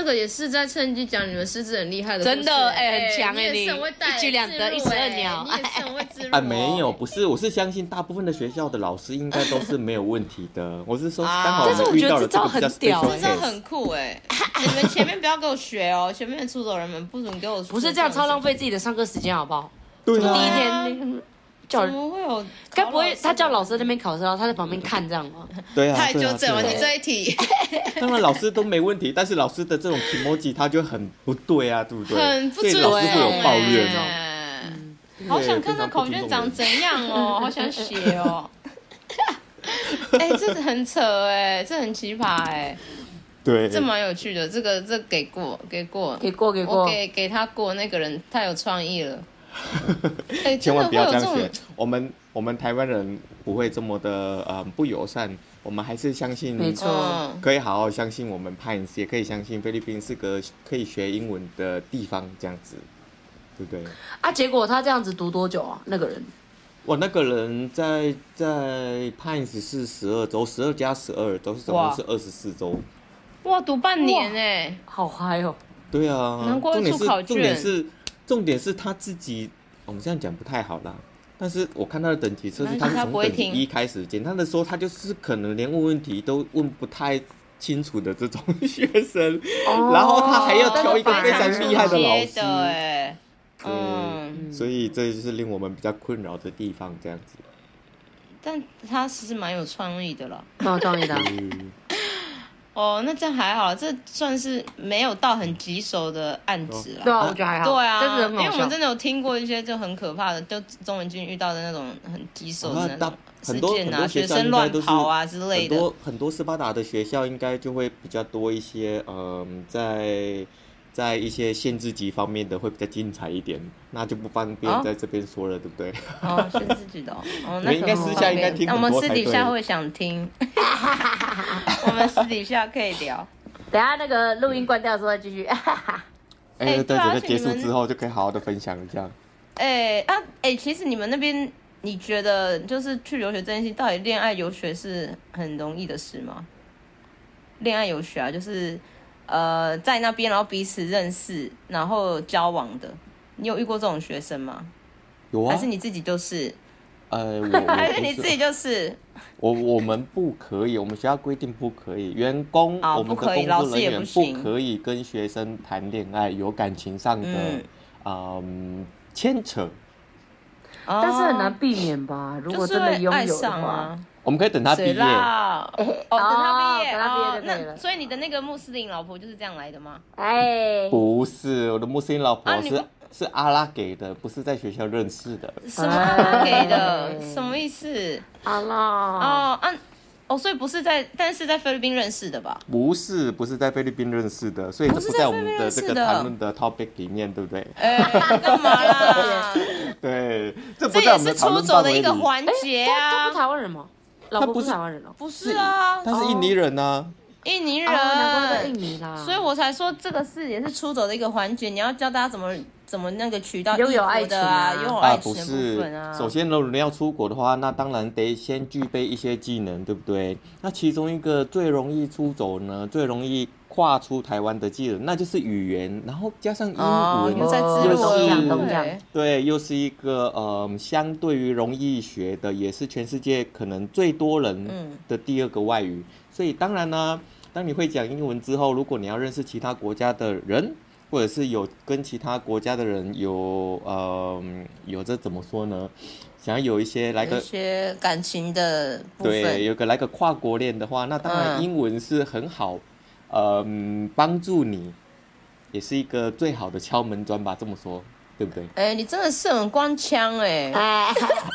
Speaker 2: 这个也是在趁机讲你们师资很厉害的故事，
Speaker 1: 真的哎很强哎
Speaker 2: 哎，也是
Speaker 1: 你
Speaker 2: 很会带
Speaker 1: 一举两得
Speaker 2: 自入
Speaker 1: 一石二
Speaker 2: 哎
Speaker 1: 鸟
Speaker 2: 你也是 很会自入
Speaker 3: 啊，
Speaker 2: 哦
Speaker 3: 没有，，不是，我是相信大部分的学校的老师应该都是没有问题的。我是说，
Speaker 2: 啊
Speaker 3: 刚好
Speaker 2: 但是
Speaker 1: 我
Speaker 3: 们遇
Speaker 1: 觉得
Speaker 3: 到了
Speaker 1: 这招
Speaker 3: 这个比较
Speaker 1: 很屌
Speaker 3: special
Speaker 1: 哎
Speaker 2: 这招
Speaker 3: case
Speaker 2: 很酷哎， 你们前面不要给我学哦，前面的出走人们不准给我
Speaker 1: 不是这样超浪
Speaker 2: 费。
Speaker 1: 费自己的上课时间，好不好？
Speaker 3: 对
Speaker 1: 第
Speaker 3: 啊
Speaker 1: 一
Speaker 2: 对啊
Speaker 1: 天叫
Speaker 2: 怎么会有？
Speaker 1: 该不会他叫老师在那边考试，然后他在旁边看这样吗？
Speaker 2: 嗯
Speaker 3: 对啊，
Speaker 2: 太
Speaker 3: 对
Speaker 2: 纠
Speaker 3: 啊
Speaker 2: 正了，
Speaker 3: 对啊
Speaker 2: 你这一题
Speaker 3: 当然老师都没问题，但是老师的这种 emoji 他就很不对啊，对不 对？
Speaker 2: 很不
Speaker 3: 所以
Speaker 2: 尊
Speaker 3: 老
Speaker 2: 重欸
Speaker 3: 师会有抱怨哦。
Speaker 2: 哎。好想看到考卷长怎样哦，好想写 哦。哎，这很扯哎，这很奇葩哎，
Speaker 3: 对，
Speaker 2: 这蛮有趣的。这个这给过给过
Speaker 1: 给过给
Speaker 2: 我
Speaker 1: 过，
Speaker 2: 给给他过那个人太有创意 了。哎，
Speaker 3: 千万
Speaker 2: 真的会
Speaker 3: 不要这
Speaker 2: 有
Speaker 3: 样学
Speaker 2: 种。
Speaker 3: 我们我们台湾人不会这么的呃不友善，我们还是相信，
Speaker 1: 没错
Speaker 2: 嗯，
Speaker 3: 可以好好相信我们 Pines，也可以相信菲律宾是个可以学英文的地方，这样子，对不对？
Speaker 1: 啊！结果他这样子读多久啊？那个人
Speaker 3: 我那个人在在 Pines 是十二周，十二加十二周，总共
Speaker 2: 哇
Speaker 3: 是二十四周。
Speaker 2: 哇，读半年哎，
Speaker 1: 好嗨哦！
Speaker 3: 对啊，
Speaker 2: 难怪会
Speaker 3: 重
Speaker 2: 出
Speaker 3: 点是
Speaker 2: 考
Speaker 3: 重点
Speaker 2: 卷
Speaker 3: 是重点是他自己，哦我们这样讲不太好啦。但是我看他的等级测试，
Speaker 2: 没关系
Speaker 3: 他是
Speaker 2: 他
Speaker 3: 从
Speaker 2: 不会
Speaker 3: 等级
Speaker 2: 听
Speaker 3: 一开始，简单的说，他就是可能连问问题都问不太清楚的这种学生，
Speaker 2: 哦
Speaker 3: 然后他还要挑一个非常厉害的老
Speaker 2: 接的
Speaker 3: 师，
Speaker 2: 哎，嗯。
Speaker 3: 对，所以这就是令我们比较困扰的地方，这样子。
Speaker 2: 但他其实蛮有创意的了。
Speaker 1: 蛮有创意的啊。
Speaker 3: 嗯，
Speaker 2: 哦，那这样还好，这算是没有到很棘手的案子
Speaker 1: 对
Speaker 2: 了。
Speaker 1: 啊，我觉得还好，
Speaker 2: 对啊，
Speaker 1: 但是很
Speaker 2: 因
Speaker 1: 好
Speaker 2: 为我们
Speaker 1: 笑
Speaker 2: 真。的有听过一些就很可怕的，就中文君遇到的那种很棘手的那
Speaker 3: 哦大
Speaker 2: 种事
Speaker 3: 很多很
Speaker 2: 件啊，
Speaker 3: 多
Speaker 2: 学
Speaker 3: 学校
Speaker 2: 生
Speaker 3: 应该
Speaker 2: 乱
Speaker 3: 都是
Speaker 2: 跑啊之类
Speaker 3: 很
Speaker 2: 的。
Speaker 3: 多很多斯巴达的学校应该就会比较多一些，嗯，在在一些限制级方面的会比较精彩一点，那就不方
Speaker 2: 哦
Speaker 3: 便在这边说了，对不对？
Speaker 2: 哦，是自己的哦，哦
Speaker 3: 你
Speaker 2: 那
Speaker 3: 们应该私下应该听
Speaker 2: 那我
Speaker 3: 很
Speaker 2: 们
Speaker 3: 多
Speaker 2: 私
Speaker 3: 才
Speaker 2: 底下
Speaker 3: 对
Speaker 2: 会想听， 我们私底下可以聊。
Speaker 1: 等一下那个 录音关掉之后再继续。
Speaker 3: 哎、
Speaker 2: 对啊
Speaker 3: 对，整
Speaker 2: 而
Speaker 3: 个
Speaker 2: 且
Speaker 3: 结
Speaker 2: 你
Speaker 3: 束
Speaker 2: 们
Speaker 3: 之后就可以好好的分享一下。
Speaker 2: 哎、啊哎、其实你们那边，你觉得就是去留学这件事情，到底恋爱游学是很容易的事吗？恋爱游学啊，就是呃，在那边然后彼此认识，然后交往的，你有遇过这种学生吗？
Speaker 3: 有
Speaker 2: 还
Speaker 3: 啊
Speaker 2: 是，你自己就是？
Speaker 3: 呃， 我我
Speaker 2: 还是
Speaker 3: 不
Speaker 2: 你自己就是？
Speaker 3: 我我们不可以，我们学校规定不可以，员工、
Speaker 2: 啊
Speaker 3: 我们
Speaker 2: 不
Speaker 3: 的
Speaker 2: 可以
Speaker 3: 工
Speaker 2: 老
Speaker 3: 作
Speaker 2: 师也
Speaker 3: 人
Speaker 2: 不
Speaker 3: 员
Speaker 2: 行
Speaker 3: 可以跟学生谈恋爱，有感情上的
Speaker 2: 嗯
Speaker 3: 嗯牵扯。
Speaker 2: 但
Speaker 1: 但是很难，避免吧？如
Speaker 2: 哦就
Speaker 1: 果
Speaker 2: 是
Speaker 1: 真的
Speaker 2: 会
Speaker 1: 拥
Speaker 2: 爱
Speaker 1: 有的
Speaker 2: 上
Speaker 1: 话，
Speaker 2: 啊。
Speaker 3: 我们可以等他毕
Speaker 2: 谁
Speaker 3: 业，
Speaker 2: 啦？哦，等他毕业，
Speaker 1: 哦等他毕业就
Speaker 2: 哦
Speaker 1: 可以
Speaker 2: 那
Speaker 1: 了
Speaker 2: 所以你的那个穆斯林老婆就是这样来的吗？
Speaker 1: 哎，
Speaker 3: 不是我的穆斯林老婆
Speaker 2: 啊你
Speaker 3: 是、
Speaker 2: 不
Speaker 3: 是阿拉给的，不是在学校认识的。
Speaker 2: 什么阿给的？
Speaker 1: 哎
Speaker 2: 什么意思？
Speaker 1: 阿拉，
Speaker 2: 哦，啊，哦，所以不是在，但是在菲律宾认识的 吧？
Speaker 3: 不是，不是在菲律宾认识的，所以这
Speaker 2: 不是
Speaker 3: 在
Speaker 2: 在
Speaker 3: 我们
Speaker 2: 菲律宾
Speaker 3: 的
Speaker 2: 认
Speaker 3: 这
Speaker 2: 识
Speaker 3: 个
Speaker 2: 的
Speaker 3: 谈论的 topic 里面，对不对？
Speaker 2: 哎、干嘛啦？
Speaker 3: 对，这不
Speaker 2: 这
Speaker 3: 在
Speaker 2: 也
Speaker 3: 我们
Speaker 2: 是
Speaker 3: 讨
Speaker 2: 出
Speaker 3: 论
Speaker 2: 走
Speaker 3: 范
Speaker 2: 的
Speaker 3: 围
Speaker 2: 一个
Speaker 3: 里
Speaker 2: 环节
Speaker 1: 他
Speaker 2: 啊
Speaker 1: 不。台湾人吗？老
Speaker 3: 他
Speaker 1: 婆
Speaker 3: 不
Speaker 1: 不
Speaker 3: 是
Speaker 1: 是台湾人哦，
Speaker 2: 不是啊，
Speaker 3: 他是印尼人呐、
Speaker 2: 印尼人，啊
Speaker 1: 哦难怪在印尼啦。
Speaker 2: 所以我才说这个是也是出走的一个环节，你要教大家怎么怎么那个渠道
Speaker 1: 拥有爱情
Speaker 2: 的
Speaker 1: 啊
Speaker 2: 啊，拥有
Speaker 3: 啊，
Speaker 2: 爱情
Speaker 3: 不
Speaker 2: 的部
Speaker 3: 是
Speaker 2: 分啊。，
Speaker 3: 首先，如果你要出国的话，那当然得先具备一些技能，对不对？那其中一个最容易出走呢，最容易跨出台湾的技能，那就是语言，然后加上英文，
Speaker 2: 哦，你们在
Speaker 1: 哦
Speaker 2: 自
Speaker 3: 又是
Speaker 2: 路
Speaker 3: 东
Speaker 1: 亚
Speaker 3: 对，又是一个呃，相对于容易学的，也是全世界可能最多人
Speaker 2: 嗯
Speaker 3: 的第二个外语。所以当然呢，当你会讲英文之后，如果你要认识其他国家的人，或者是有跟其他国家的人有呃有这怎么说呢？想要有一些来
Speaker 2: 有一
Speaker 3: 个
Speaker 2: 些感情的部
Speaker 3: 对，
Speaker 2: 分。
Speaker 3: 有个来个跨国恋的话，那当然
Speaker 2: 嗯
Speaker 3: 英文是很好，呃嗯、帮助你，也是一个最好的敲门砖吧，这么说对不对？
Speaker 2: 哎、你真的是很官腔哎、
Speaker 1: 哎，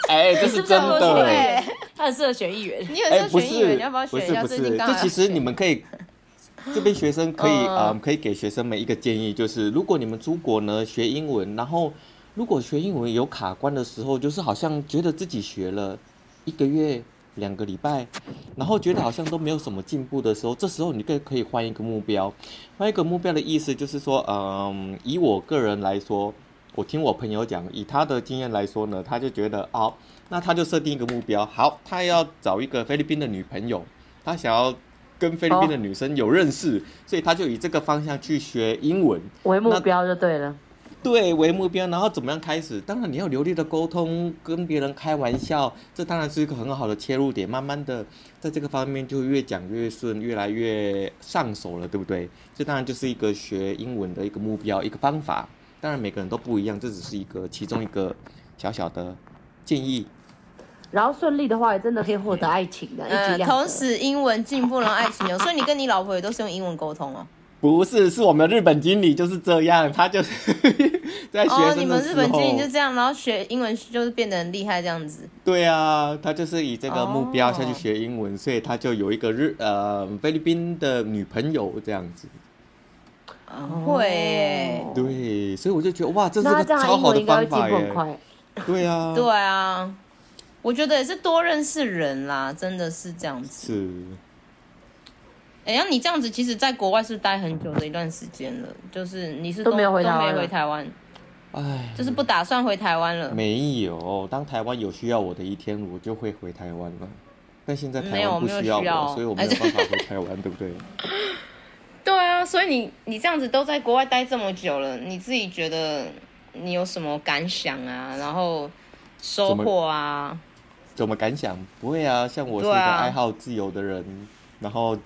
Speaker 3: 哎，这是
Speaker 1: 是不是
Speaker 3: 真
Speaker 1: 很
Speaker 3: 的
Speaker 1: 会
Speaker 3: 哎。
Speaker 2: 哎
Speaker 1: 他很适合选议员。
Speaker 2: 你很
Speaker 3: 哎，
Speaker 2: 像
Speaker 3: 不
Speaker 2: 选议员，
Speaker 3: 是
Speaker 2: 你要不要，
Speaker 3: 不
Speaker 2: 选一
Speaker 3: 是，
Speaker 2: 下？
Speaker 3: 哎不
Speaker 2: 最近
Speaker 3: 是，
Speaker 2: 刚
Speaker 3: 这
Speaker 2: 好
Speaker 3: 其实你们可以，呃这边学生可以，
Speaker 2: 嗯
Speaker 3: 嗯，可以给学生们一个建议，就是如果你们出国呢，学英文，然后如果学英文有卡关的时候，就是好像觉得自己学了一个月、两个礼拜，然后觉得好像都没有什么进步的时候，这时候你更可以换一个目标，换一个目标的意思就是说，嗯，以我个人来说，我听我朋友讲，以他的经验来说呢，他就觉得好，那他就设定一个目标，好，他要找一个菲律宾的女朋友，他想要跟菲律宾的女生有认识，所以他就以这个方向去学英文，
Speaker 1: 为目标就对了，
Speaker 3: 对为目标，然后怎么样开始？当然你要流利的沟通，跟别人开玩笑，这当然是一个很好的切入点。慢慢的，在这个方面就越讲越顺，越来越上手了，对不对？这当然就是一个学英文的一个目标，一个方法。当然每个人都不一样，这只是一个其中一个小小的建议。
Speaker 1: 然后顺利的话，也真的可以获得爱情的，一举
Speaker 2: 呃，
Speaker 1: 两
Speaker 2: 同
Speaker 1: 得。
Speaker 2: 时英文进步了，爱情有，所以你跟你老婆也都是用英文沟通哦。
Speaker 3: 不是，是我们日本经理就是这样，他就是 在哎学
Speaker 2: 哦，你
Speaker 3: 生的
Speaker 2: 们日
Speaker 3: 时候，
Speaker 2: 本经理就这样，然后学英文就是变得很厉害这样子。
Speaker 3: 对啊，他就是以这个目标
Speaker 2: 哦
Speaker 3: 下去学英文，所以他就有一个日呃菲律宾的女朋友这样子。
Speaker 2: 哦、会耶、
Speaker 1: 哦
Speaker 3: 对，所以我就觉得哇，这是
Speaker 1: 那
Speaker 3: 个
Speaker 1: 这样
Speaker 3: 超
Speaker 1: 英
Speaker 3: 好
Speaker 1: 文
Speaker 3: 的
Speaker 1: 应该会
Speaker 3: 方
Speaker 1: 进
Speaker 3: 法
Speaker 1: 步很
Speaker 3: 耶。
Speaker 1: 快。
Speaker 3: 对啊，
Speaker 2: 对啊，我觉得也是多认识人啦，真的是这样子。
Speaker 3: 是，
Speaker 2: 哎、呀，你这样子，其实在国外是待很久的一段时间了，就是你是
Speaker 1: 都没有回台湾
Speaker 2: 都没
Speaker 1: 了
Speaker 2: 回台湾，
Speaker 3: 哎，
Speaker 2: 就是不打算回台湾了。
Speaker 3: 没有。当台湾有需要我的一天，我就会回台湾了。但现在
Speaker 2: 没
Speaker 3: 台
Speaker 2: 有
Speaker 3: 湾不
Speaker 2: 没有
Speaker 3: 需要我，
Speaker 2: 需要
Speaker 3: 所以我没有办法回台湾，对不对？
Speaker 2: 对啊，所以你你这样子都在国外待这么久了，你自己觉得你有什么感想啊？然后收获啊？
Speaker 3: 怎么感想？不会啊，像我是一个
Speaker 2: 对啊
Speaker 3: 爱好自由的人，然后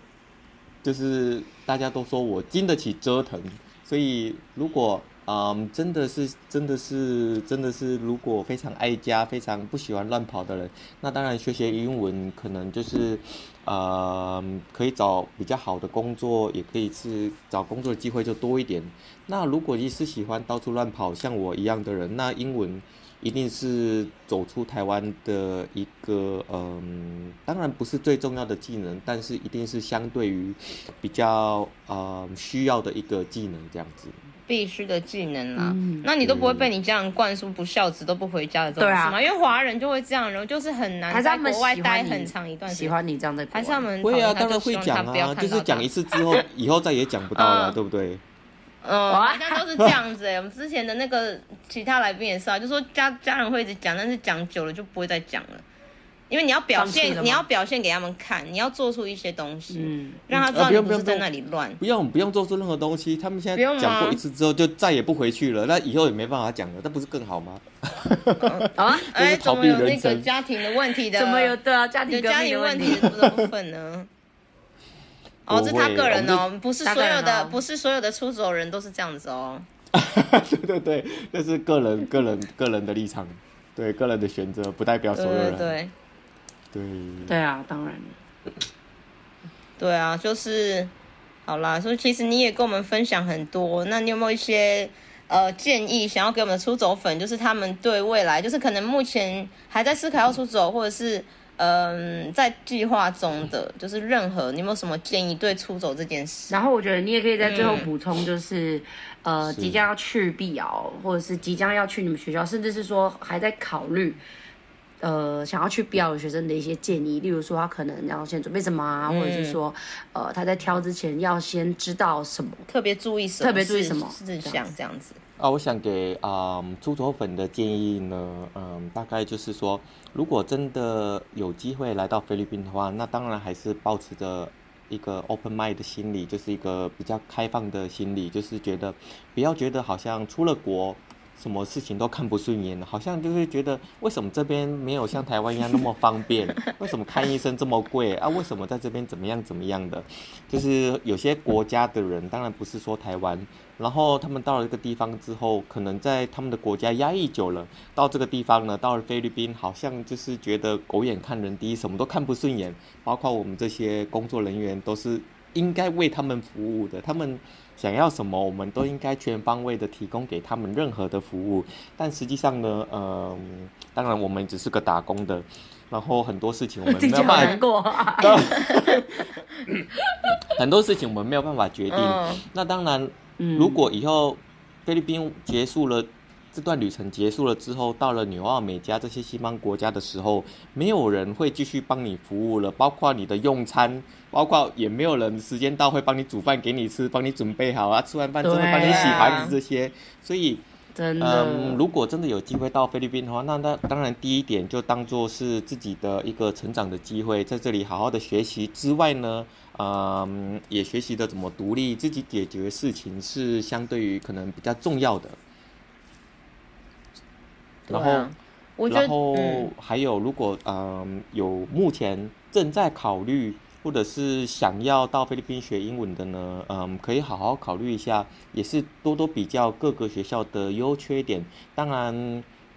Speaker 3: 就是大家都说我经得起折腾，所以如果嗯真的是真的是真的是如果非常爱家、非常不喜欢乱跑的人，那当然学学英文可能就是呃可以找比较好的工作，也可以是找工作的机会就多一点。那如果你是喜欢到处乱跑，像我一样的人，那英文一定是走出台湾的一个，嗯，当然不是最重要的技能，但是一定是相对于比较呃需要的一个技能这样子。
Speaker 2: 必须的技能啦、
Speaker 1: 嗯
Speaker 2: 那你都不会被你家人灌输不孝子都不回家的这种
Speaker 1: 对
Speaker 2: 事
Speaker 1: 啊
Speaker 2: 吗？因为华人就会这样，然后就是很
Speaker 1: 还
Speaker 2: 难
Speaker 1: 是他
Speaker 2: 在
Speaker 1: 们
Speaker 2: 国外
Speaker 1: 喜
Speaker 2: 待
Speaker 1: 欢你
Speaker 2: 很长一段时
Speaker 1: 喜
Speaker 2: 间，
Speaker 1: 欢你这样在国外，
Speaker 2: 还是他们
Speaker 3: 会啊，
Speaker 2: 讨厌他
Speaker 3: 当
Speaker 2: 嗯
Speaker 3: 然
Speaker 2: 就
Speaker 3: 会
Speaker 2: 希望他
Speaker 3: 讲
Speaker 2: 不要
Speaker 3: 啊，
Speaker 2: 看
Speaker 3: 就是
Speaker 2: 到他
Speaker 3: 讲一次之后，以后再也讲不到了，
Speaker 2: 嗯
Speaker 3: 对不对？
Speaker 2: 嗯，
Speaker 1: 哇
Speaker 2: 好像都是这样子哎、我们之前的那个其他来宾也是啊，就说家家人会一直讲，但是讲久了就不会再讲了，因为你要表
Speaker 1: 放弃了
Speaker 2: 现，
Speaker 1: 吗
Speaker 2: 你要表现给他们看，你要做出一些东西，
Speaker 1: 嗯，
Speaker 2: 让他知
Speaker 3: 啊
Speaker 2: 道
Speaker 3: 不
Speaker 2: 你
Speaker 3: 用
Speaker 2: 不是
Speaker 3: 不用
Speaker 2: 在那里乱。
Speaker 3: 不用不用做出任何东西，他们现
Speaker 2: 不用啊
Speaker 3: 在
Speaker 2: 吗
Speaker 3: 讲过一次之后就再也不回去了，那以后也没办法讲了，那不是更 好吗？
Speaker 1: 好啊，
Speaker 3: 这是
Speaker 2: 哎，怎
Speaker 3: 逃
Speaker 2: 么
Speaker 3: 避
Speaker 2: 有那
Speaker 3: 人
Speaker 2: 个
Speaker 3: 生
Speaker 2: 家庭的问题的？
Speaker 1: 怎么有对啊？家
Speaker 2: 有
Speaker 1: 庭革
Speaker 2: 家
Speaker 1: 命
Speaker 2: 庭
Speaker 1: 的
Speaker 2: 问
Speaker 1: 问
Speaker 2: 题
Speaker 1: 题，
Speaker 2: 的这部分呢？哦，
Speaker 3: 不
Speaker 2: 这是他
Speaker 3: 会
Speaker 2: 个人
Speaker 3: 我
Speaker 2: 哦，不是
Speaker 1: 他
Speaker 2: 所
Speaker 1: 个人
Speaker 2: 有的，
Speaker 1: 哦
Speaker 2: 不是所有的出走人都是这样子哦。
Speaker 3: 对对对，这是个人个人个人的立场，对个人的选择，不代表所
Speaker 2: 对
Speaker 3: 有人
Speaker 2: 对。对
Speaker 3: 对
Speaker 1: 对啊，当然了。
Speaker 2: 对啊，就是好啦，所以其实你也跟我们分享很多，那你有没有一些呃建议想要给我们的出走粉，就是他们对未来，就是可能目前还在思考要出走，或者是嗯、在计划中的，就是任何你有没有什么建议对出走这件事？
Speaker 1: 然后我觉得你也可以在最后补充，就是、呃，
Speaker 3: 是
Speaker 1: 即将要去碧瑶，或者是即将要去你们学校，甚至是说还在考虑。呃，想要去碧瑶的学生的一些建议，例如说他可能要先准备什么啊，或者是说，呃，他在挑之前要先知道什么。
Speaker 2: 特别注意什么？
Speaker 1: 特别注意什么
Speaker 2: 事项这样子？
Speaker 3: 啊，我想给啊、嗯猪头粉的建议呢，嗯，大概就是说，如果真的有机会来到菲律宾的话，那当然还是保持着一个 open mind 的心理，就是一个比较开放的心理，就是觉得不要觉得好像出了国。什么事情都看不顺眼，好像就是觉得为什么这边没有像台湾一样那么方便？为什么看医生这么贵啊？为什么在这边怎么样怎么样的？就是有些国家的人，当然不是说台湾，然后他们到了一个地方之后，可能在他们的国家压抑久了，到这个地方呢，到了菲律宾，好像就是觉得狗眼看人低，什么都看不顺眼，包括我们这些工作人员都是应该为他们服务的，他们想要什么，我们都应该全方位的提供给他们任何的服务。但实际上呢，嗯、当然我们只是个打工的，然后很多事情 我们呃没
Speaker 1: 听起来
Speaker 3: 有
Speaker 1: 好
Speaker 3: 办法
Speaker 1: 难过、 啊。
Speaker 3: 很多事情我们没有办法决定。
Speaker 2: 嗯
Speaker 3: 那当然，
Speaker 1: 嗯
Speaker 3: 如果以后菲律宾结束了这段旅程结束了之后，到了纽澳、美加这些西方国家的时候，没有人会继续帮你服务了，包括你的用餐，包括也没有人时间到会帮你煮饭给你吃，帮你准备好啊，吃完饭之后会
Speaker 1: 对啊
Speaker 3: 帮你洗盘子这些，所以。
Speaker 1: 真的，
Speaker 3: 嗯，如果真的有机会到菲律宾的话，那那当然第一点就当做是自己的一个成长的机会，在这里好好的学习之外呢，嗯，也学习的怎么独立，自己解决事情是相对于可能比较重要的。
Speaker 2: 对
Speaker 3: 然
Speaker 2: 啊
Speaker 3: 后，
Speaker 2: 我觉得
Speaker 3: 然后
Speaker 2: 嗯
Speaker 3: 还有，如果嗯有目前正在考虑或者是想要到菲律宾学英文的呢，嗯，可以好好考虑一下，也是多多比较各个学校的优缺点。当然，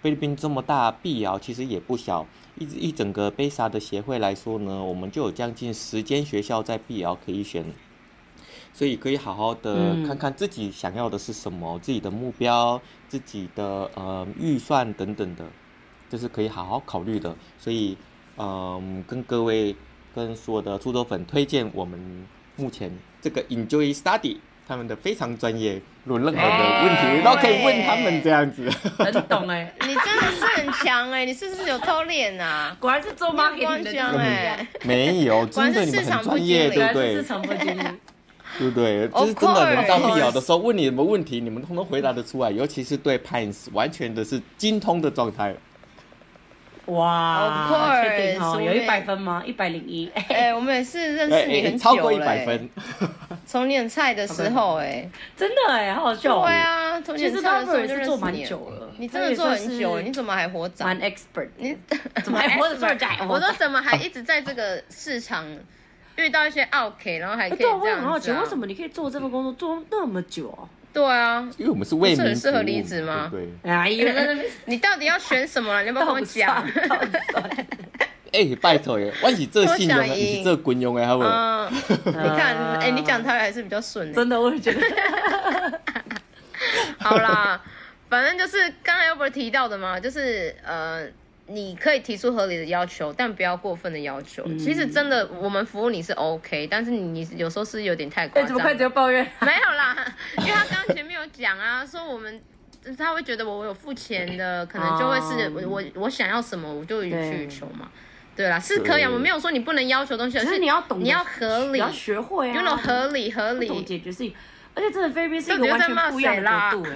Speaker 3: 菲律宾这么大，碧瑶其实也不小。一一整个贝萨的协会来说呢，我们就有将近十间学校在碧瑶可以选，所以可以好好的
Speaker 1: 嗯
Speaker 3: 看看自己想要的是什么，自己的目标、自己的呃预算等等的。这是可以好好考虑的。所以，嗯，跟各位跟所有的出走粉推荐我们目前这个 Enjoy Study，他们的非常专业，有任何的问
Speaker 2: 哎
Speaker 3: 题都可以问他们这 样子。
Speaker 1: 很懂哎、
Speaker 2: 你真的是很强哎、你是不是有偷 脸呐、
Speaker 1: 果然是做
Speaker 2: 你很
Speaker 1: marketing
Speaker 2: 光
Speaker 1: 的
Speaker 2: 鲜哎、
Speaker 3: 没有，
Speaker 2: 果然是
Speaker 3: 真的你们
Speaker 2: 市场
Speaker 3: 很
Speaker 2: 部
Speaker 3: 专业，
Speaker 2: 经理
Speaker 1: 果然
Speaker 3: 对不
Speaker 1: 是
Speaker 3: 对
Speaker 1: 市？场部经理。
Speaker 3: 对不对？
Speaker 2: Of
Speaker 3: 就是真的
Speaker 2: course
Speaker 3: 轮到必要的时候，问你们问题，你们通通回答得出来，尤其是对 Pines 完全的是精通的状态。
Speaker 1: 哇
Speaker 2: Of course，
Speaker 1: 确定哦，有
Speaker 2: 我
Speaker 1: 一
Speaker 2: 们
Speaker 1: 百分吗？一百零一。
Speaker 2: 哎、我们也是认
Speaker 3: 哎
Speaker 2: 识你
Speaker 3: 哎
Speaker 2: 很久
Speaker 3: 超
Speaker 2: 了、
Speaker 3: 过一百分，
Speaker 2: 从你很菜的时候哎、
Speaker 1: 真的哎、好好笑、哦。
Speaker 2: 对，啊，从你
Speaker 1: 其
Speaker 2: 很
Speaker 1: 实
Speaker 2: 菜的时
Speaker 1: Robert
Speaker 2: 候
Speaker 1: 也
Speaker 2: 就是认
Speaker 1: 做
Speaker 2: 识
Speaker 1: 蛮
Speaker 2: 你了
Speaker 1: 久了，
Speaker 2: 你真的做很久了，你怎么还活着？
Speaker 1: 蛮 expert 的。
Speaker 2: 你
Speaker 1: 哎怎么
Speaker 4: 哎
Speaker 1: 还活着
Speaker 2: expert？
Speaker 1: 这么久
Speaker 2: 我说怎么还一直在这个市场遇到一些 OK，然后还可以
Speaker 1: 对啊，我
Speaker 2: 这
Speaker 1: 也很好
Speaker 2: 样
Speaker 1: 奇，
Speaker 2: 子、啊？
Speaker 1: 为什？么你可以做这份工作做那么久、啊？
Speaker 2: 对啊，
Speaker 3: 因为我们是
Speaker 2: 不
Speaker 3: 为
Speaker 2: 是很
Speaker 3: 民
Speaker 2: 适合
Speaker 3: 服务
Speaker 2: 离
Speaker 3: 嘛
Speaker 2: 职吗
Speaker 3: 对不对。
Speaker 1: 哎
Speaker 2: 你在
Speaker 1: 呀，
Speaker 2: 那边，你到底要选什么啊？你要不要跟我讲？
Speaker 1: 到底算
Speaker 3: 哎、拜托耶，我是这信用
Speaker 2: 我
Speaker 3: 的，
Speaker 2: 想
Speaker 3: 你是这滚用的，好不好？
Speaker 2: 嗯，你看，哎、你
Speaker 1: 啊
Speaker 2: 讲台语还是比较顺的、
Speaker 1: 真 的，我也觉得。
Speaker 2: 好啦， 反正就是刚才 Albert 提到的嘛，就是呃，你可以提出合理的要求，但不要过分的要求。
Speaker 1: 嗯
Speaker 2: 其实真的，我们服务你是 OK，但是你你有时候是有点太夸
Speaker 1: 哎，
Speaker 2: 张。
Speaker 1: 怎么快就抱怨？
Speaker 2: 没有啦，因为他刚刚前面有讲啊， 说我们。他会觉得我有付钱的，可能就会是
Speaker 1: 哦
Speaker 2: 我我我想要什么我就去
Speaker 1: 对
Speaker 2: 求嘛，对啦，是可以啊，
Speaker 3: 对
Speaker 2: 我没有说你不能要求东西，而
Speaker 1: 只是你要懂得
Speaker 2: 你要合理
Speaker 1: 你要学会
Speaker 2: ，you
Speaker 1: 啊，
Speaker 2: know 合理合
Speaker 1: 不懂
Speaker 2: 理，
Speaker 1: 解决事情。
Speaker 4: 而且真的菲律宾是一
Speaker 2: 到
Speaker 4: 个
Speaker 2: 底
Speaker 4: 完
Speaker 2: 在
Speaker 4: 全
Speaker 2: 骂
Speaker 4: 不一样
Speaker 2: 谁啊
Speaker 4: 的
Speaker 2: 啦
Speaker 4: 国度哎、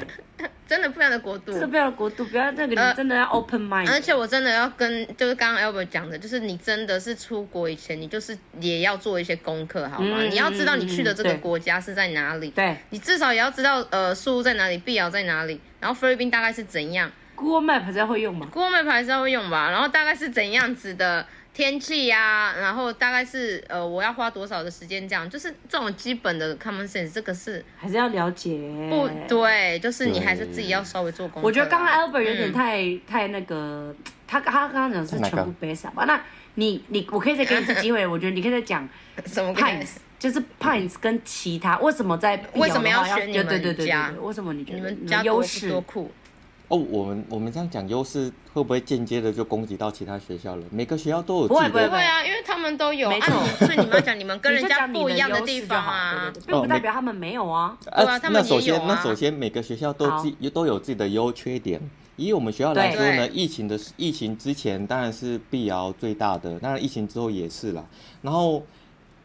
Speaker 2: 真的不一样的国度
Speaker 4: 这。个不一样的国度，不要那个
Speaker 2: 呃
Speaker 4: 你真的要 open mind，、
Speaker 2: 而且我真的要跟，就是刚刚 Albert 讲的，就是你真的是出国以前，你就是也要做一些功课，好吗？
Speaker 4: 嗯
Speaker 2: 你要知道你去的这
Speaker 4: 嗯
Speaker 2: 个
Speaker 4: 嗯对
Speaker 2: 国家是在哪里，
Speaker 4: 对
Speaker 2: 你至少也要知道呃，宿务在哪里，碧瑶在哪里，然后菲律宾大概是怎样，
Speaker 4: ，Google Map 还是会用嘛？
Speaker 2: Google Map 还是要会用吧，然后大概是怎样子的天气呀、然后大概是呃我要花多少的时间这样，就是这种基本的 common sense，这个是
Speaker 4: 还是要了解。
Speaker 2: 不，对，就是你
Speaker 3: 对
Speaker 2: 还是自己要稍微做功课啦。
Speaker 4: 哎我觉得刚刚 Albert 有点
Speaker 2: 嗯
Speaker 4: 太、太那个，他他刚刚讲的是
Speaker 3: 哪个
Speaker 4: 全部 base 吧？那你你我可以再给你一次 机会，我觉得你可以再讲
Speaker 2: 什么
Speaker 4: Pines，就是 Pines 跟其他为什么在碧瑶的话
Speaker 2: 为什么要选你们
Speaker 4: 对对对对
Speaker 2: 家
Speaker 4: 对，为什么你觉得
Speaker 2: 你们
Speaker 4: 的
Speaker 2: 家
Speaker 4: 优
Speaker 2: 多
Speaker 4: 势
Speaker 2: 多酷？
Speaker 3: 哦，我们我们这样讲优势，会不会间接的就攻击到其他学校了？每个学校都有自
Speaker 4: 不会
Speaker 3: 己
Speaker 4: 不会
Speaker 2: 不
Speaker 3: 的
Speaker 2: 会啊，因为他们都有，
Speaker 4: 没
Speaker 2: 啊
Speaker 4: 错，
Speaker 2: 你所以你们要讲你们跟
Speaker 4: 你
Speaker 2: 人
Speaker 4: 就
Speaker 2: 家
Speaker 4: 讲你
Speaker 2: 不一样
Speaker 4: 的
Speaker 2: 的
Speaker 4: 优
Speaker 2: 地
Speaker 4: 势就
Speaker 2: 方
Speaker 4: 好
Speaker 2: 啊
Speaker 4: 对。对对并
Speaker 3: 哦
Speaker 4: 不
Speaker 3: 没
Speaker 4: 代表他们没有啊。
Speaker 2: 对啊他们
Speaker 3: 那
Speaker 2: 也
Speaker 3: 首先、
Speaker 2: 有啊
Speaker 3: 那首先每个学校都自都有自己的优缺点。以我们学校来说
Speaker 2: 对
Speaker 3: 呢，疫情的疫情之前当然是碧瑶最大的，当然疫情之后也是啦。然后，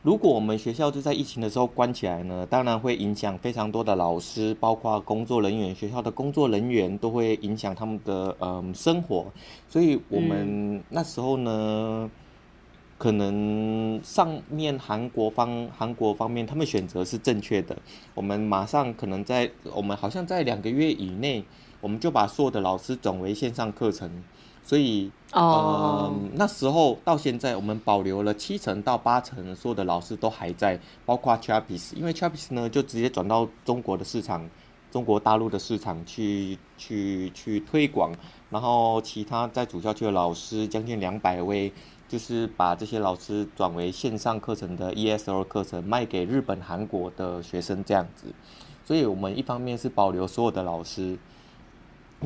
Speaker 3: 如果我们学校就在疫情的时候关起来呢，当然会影响非常多的老师，包括工作人员，学校的工作人员都会影响他们的嗯生活。所以我们那时候呢，可能上面韩国方韩国方面他们选择是正确的，我们马上可能在我们好像在两个月以内，我们就把所有的老师转为线上课程，所以
Speaker 4: 哦
Speaker 3: 嗯那时候到现在我们保留了七成到八成所有的老师都还在，包括 Chapis，因为 Chapis 呢就直接转到中国的市场。中国大陆的市场去去去推广，然后其他在主校区的老师将近两百位，就是把这些老师转为线上课程的 ESL 课程卖给日本、韩国的学生这样子。所以我们一方面是保留所有的老师，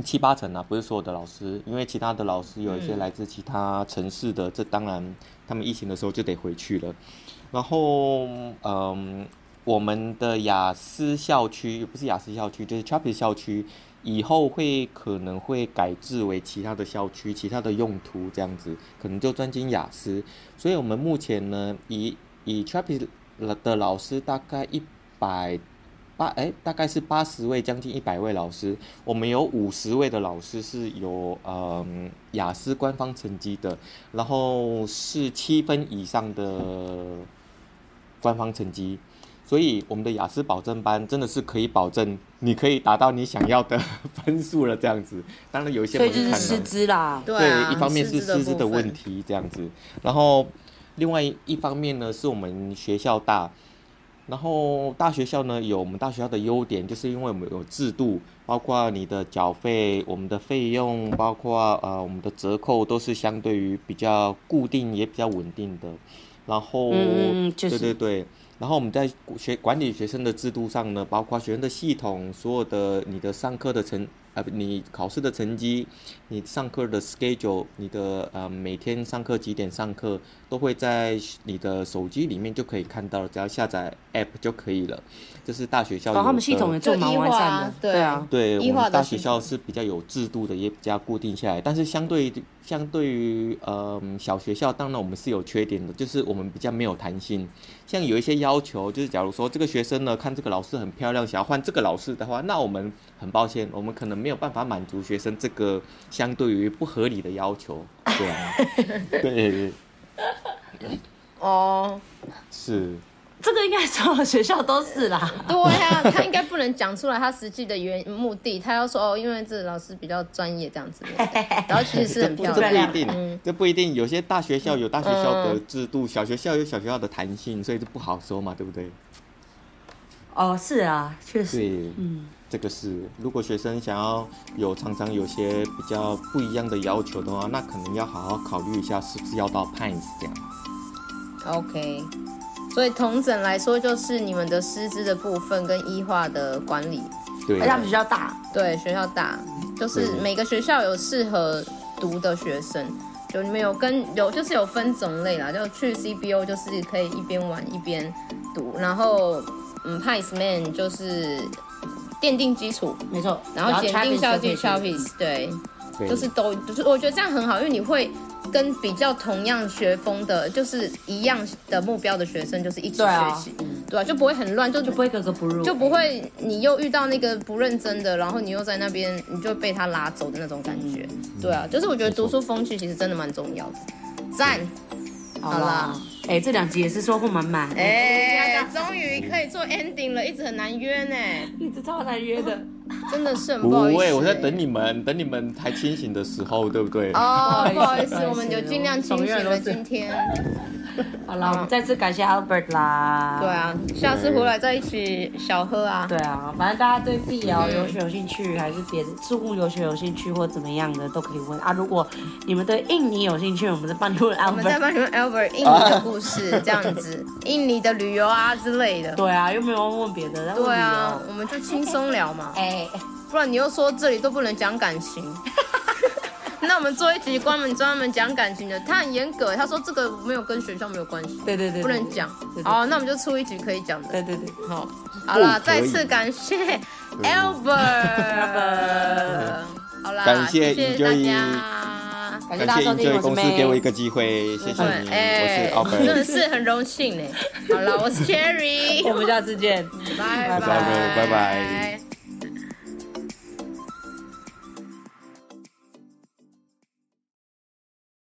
Speaker 3: 七八成啊，不是所有的老师，因为其他的老师有一些来自其他城市的，这当然他们疫情的时候就得回去了。然后，嗯，我们的雅思校区不是雅思校区，就是 Chapis 校区，以后会可能会改制为其他的校区、其他的用途这样子，可能就专精雅思。所以我们目前呢，以以 Chapis 的老师大概一百八，哎，大概是八十位，将近一百位老师，我们有五十位的老师是有嗯雅思官方成绩的，然后是七分以上的官方成绩。所以我们的雅思保证班真的是可以保证你可以达到你想要的分数了，这样子。当然有一些
Speaker 4: 所以
Speaker 3: 门
Speaker 4: 就是
Speaker 3: 槛
Speaker 4: 师
Speaker 3: 了
Speaker 4: 资啦，
Speaker 2: 对
Speaker 3: 对，
Speaker 2: 啊，
Speaker 3: 一方面是师资的
Speaker 2: 部分
Speaker 3: 问，题这样子，然后另外一方面呢，是我们学校大，然后大学校呢有我们大学校的优点，就是因为我们有制度，包括你的缴费、我们的费用，包括呃我们的折扣都是相对于比较固定也比较稳定的，然后、
Speaker 4: 嗯嗯嗯确实
Speaker 3: 对对对。然后我们在学管理学生的制度上呢，包括学生的系统、所有的你的上课的成啊、不你考试的成绩、你上课的 schedule、你的呃每天上课几点上课，都会在你的手机里面就可以看到了，只要下载 app 就可以了。这是大学校有
Speaker 4: 然
Speaker 3: 的、
Speaker 4: 后哦他们系统也做蛮完善
Speaker 5: 就医化啊
Speaker 4: 的，
Speaker 5: 对
Speaker 4: 对啊，
Speaker 3: 对，
Speaker 5: 医
Speaker 3: 我
Speaker 5: 化
Speaker 3: 们
Speaker 5: 的
Speaker 3: 大
Speaker 5: 系
Speaker 3: 学校是比较有制度的，也比较固定下来。但是相对相对于呃小学校，当然我们是有缺点的，就是我们比较没有弹性。像有一些要求，就是假如说这个学生呢，看这个老师很漂亮，想要换这个老师的话，那我们很抱歉，我们可能没有办法满足学生这个相对于不合理的要求。对啊， 对，
Speaker 2: 哦，
Speaker 3: 是。
Speaker 4: 这个应该所有学校都是啦。
Speaker 2: 对啊，他应该不能讲出来他实际的原目的，他要说哦，因为这个老师比较专业这样子， 然后其实是
Speaker 3: 这
Speaker 2: 很
Speaker 3: 不
Speaker 2: 漂
Speaker 3: 这
Speaker 2: 亮嗯
Speaker 3: 不
Speaker 2: 的
Speaker 3: 一。定，这不一定。有些大学校有大学校
Speaker 2: 嗯
Speaker 3: 的制度，小学校有小学校的弹性，所以就不好说嘛，对不对？
Speaker 4: 哦，是啊，确实，
Speaker 3: 对，
Speaker 4: 嗯，
Speaker 3: 这个是。如果学生想要有常常有些比较不一样的要求的话，那可能要好好考虑一下，是不是要到 Pines 这样。
Speaker 2: OK，所以同整来说，就是你们的师资的部分跟医化的管理，
Speaker 3: 对
Speaker 4: 而且，
Speaker 1: 哎
Speaker 4: 他们学校大，
Speaker 2: 对学校大，就是
Speaker 3: 对
Speaker 2: 每个学校有适合读的学生，就你们有跟有就是有分种类啦，就去 CBO 就是可以一边玩一边读，然后嗯 p i c e Man 就是奠定基础，
Speaker 4: 没错。
Speaker 2: 然后检定校
Speaker 4: 技
Speaker 2: 具 c h a p i s 对，
Speaker 3: 对
Speaker 2: 就是都就是我觉得这样很好，因为你会跟比较同样学风的，就是一样的目标的学生，就是一起
Speaker 4: 对啊
Speaker 2: 学习。对啊，就不会很乱，就
Speaker 1: 就不会格格不入，
Speaker 2: 就不会你又遇到那个不认真的，然后你又在那边你就被他拉走的那种感觉。对啊，就是我觉得读书风气其实真的蛮重要的。赞，
Speaker 1: 好
Speaker 2: 好啦
Speaker 1: 啦。哎、这两集也是收获满满，哎、
Speaker 2: 哎、终于可以做 ending 了，一直很难约呢，
Speaker 1: 一直超难约的。
Speaker 2: 真的是很
Speaker 3: 不
Speaker 2: 不好意思、
Speaker 3: 会，我在等你们，等你们还清醒的时候，对不对？
Speaker 2: 哦，不
Speaker 1: 不
Speaker 2: 好
Speaker 1: 好
Speaker 2: 意
Speaker 1: 意
Speaker 2: 思
Speaker 1: 思，
Speaker 2: 我们就尽量清醒了今天。
Speaker 1: 好啦，我们再次感谢 Albert 啦。
Speaker 2: 对啊，下次回来再一起小喝啊。
Speaker 1: 哎对啊，反正大家对碧瑶游学有兴趣，还是别的住户游学有兴趣或怎么样的都可以问啊。如果你们对印尼有兴趣，我们再帮你问
Speaker 2: 我们再
Speaker 1: Albert。
Speaker 2: 帮你们 Albert 印尼的故事，这样子，印尼的旅游啊之类的。
Speaker 1: 对啊，又没有问别的，再问
Speaker 2: 对
Speaker 1: 旅
Speaker 2: 啊
Speaker 1: 游，。
Speaker 2: 我们就轻松聊嘛，
Speaker 1: 哎、
Speaker 2: 不然你又说这里都不能讲感 情。那我们做一集专门专门讲感情的，他很严格，他说这个没有跟学校没有关系，
Speaker 1: 对对对，
Speaker 2: 不能讲
Speaker 1: 对对。对
Speaker 2: 好，那我们就出一集可以讲的。
Speaker 1: 对对对，
Speaker 2: 好，好啦，
Speaker 3: 不可以
Speaker 2: 再次感谢 Albert，好啦，
Speaker 3: 感
Speaker 2: 谢
Speaker 3: 谢
Speaker 2: 谢大
Speaker 3: Enjoy
Speaker 2: 家。
Speaker 1: 感谢大家
Speaker 3: 感谢
Speaker 1: 收
Speaker 3: 英
Speaker 1: 听，
Speaker 3: 追
Speaker 1: 我是
Speaker 3: 公司给我一
Speaker 1: May，
Speaker 3: 个机会，谢谢你，
Speaker 2: 哎，
Speaker 3: 嗯我是
Speaker 2: 真
Speaker 3: Albert，
Speaker 2: 的是很 荣幸呢。好了，我是 Cherry，
Speaker 1: 我们下次见。
Speaker 2: 拜
Speaker 3: 拜拜拜拜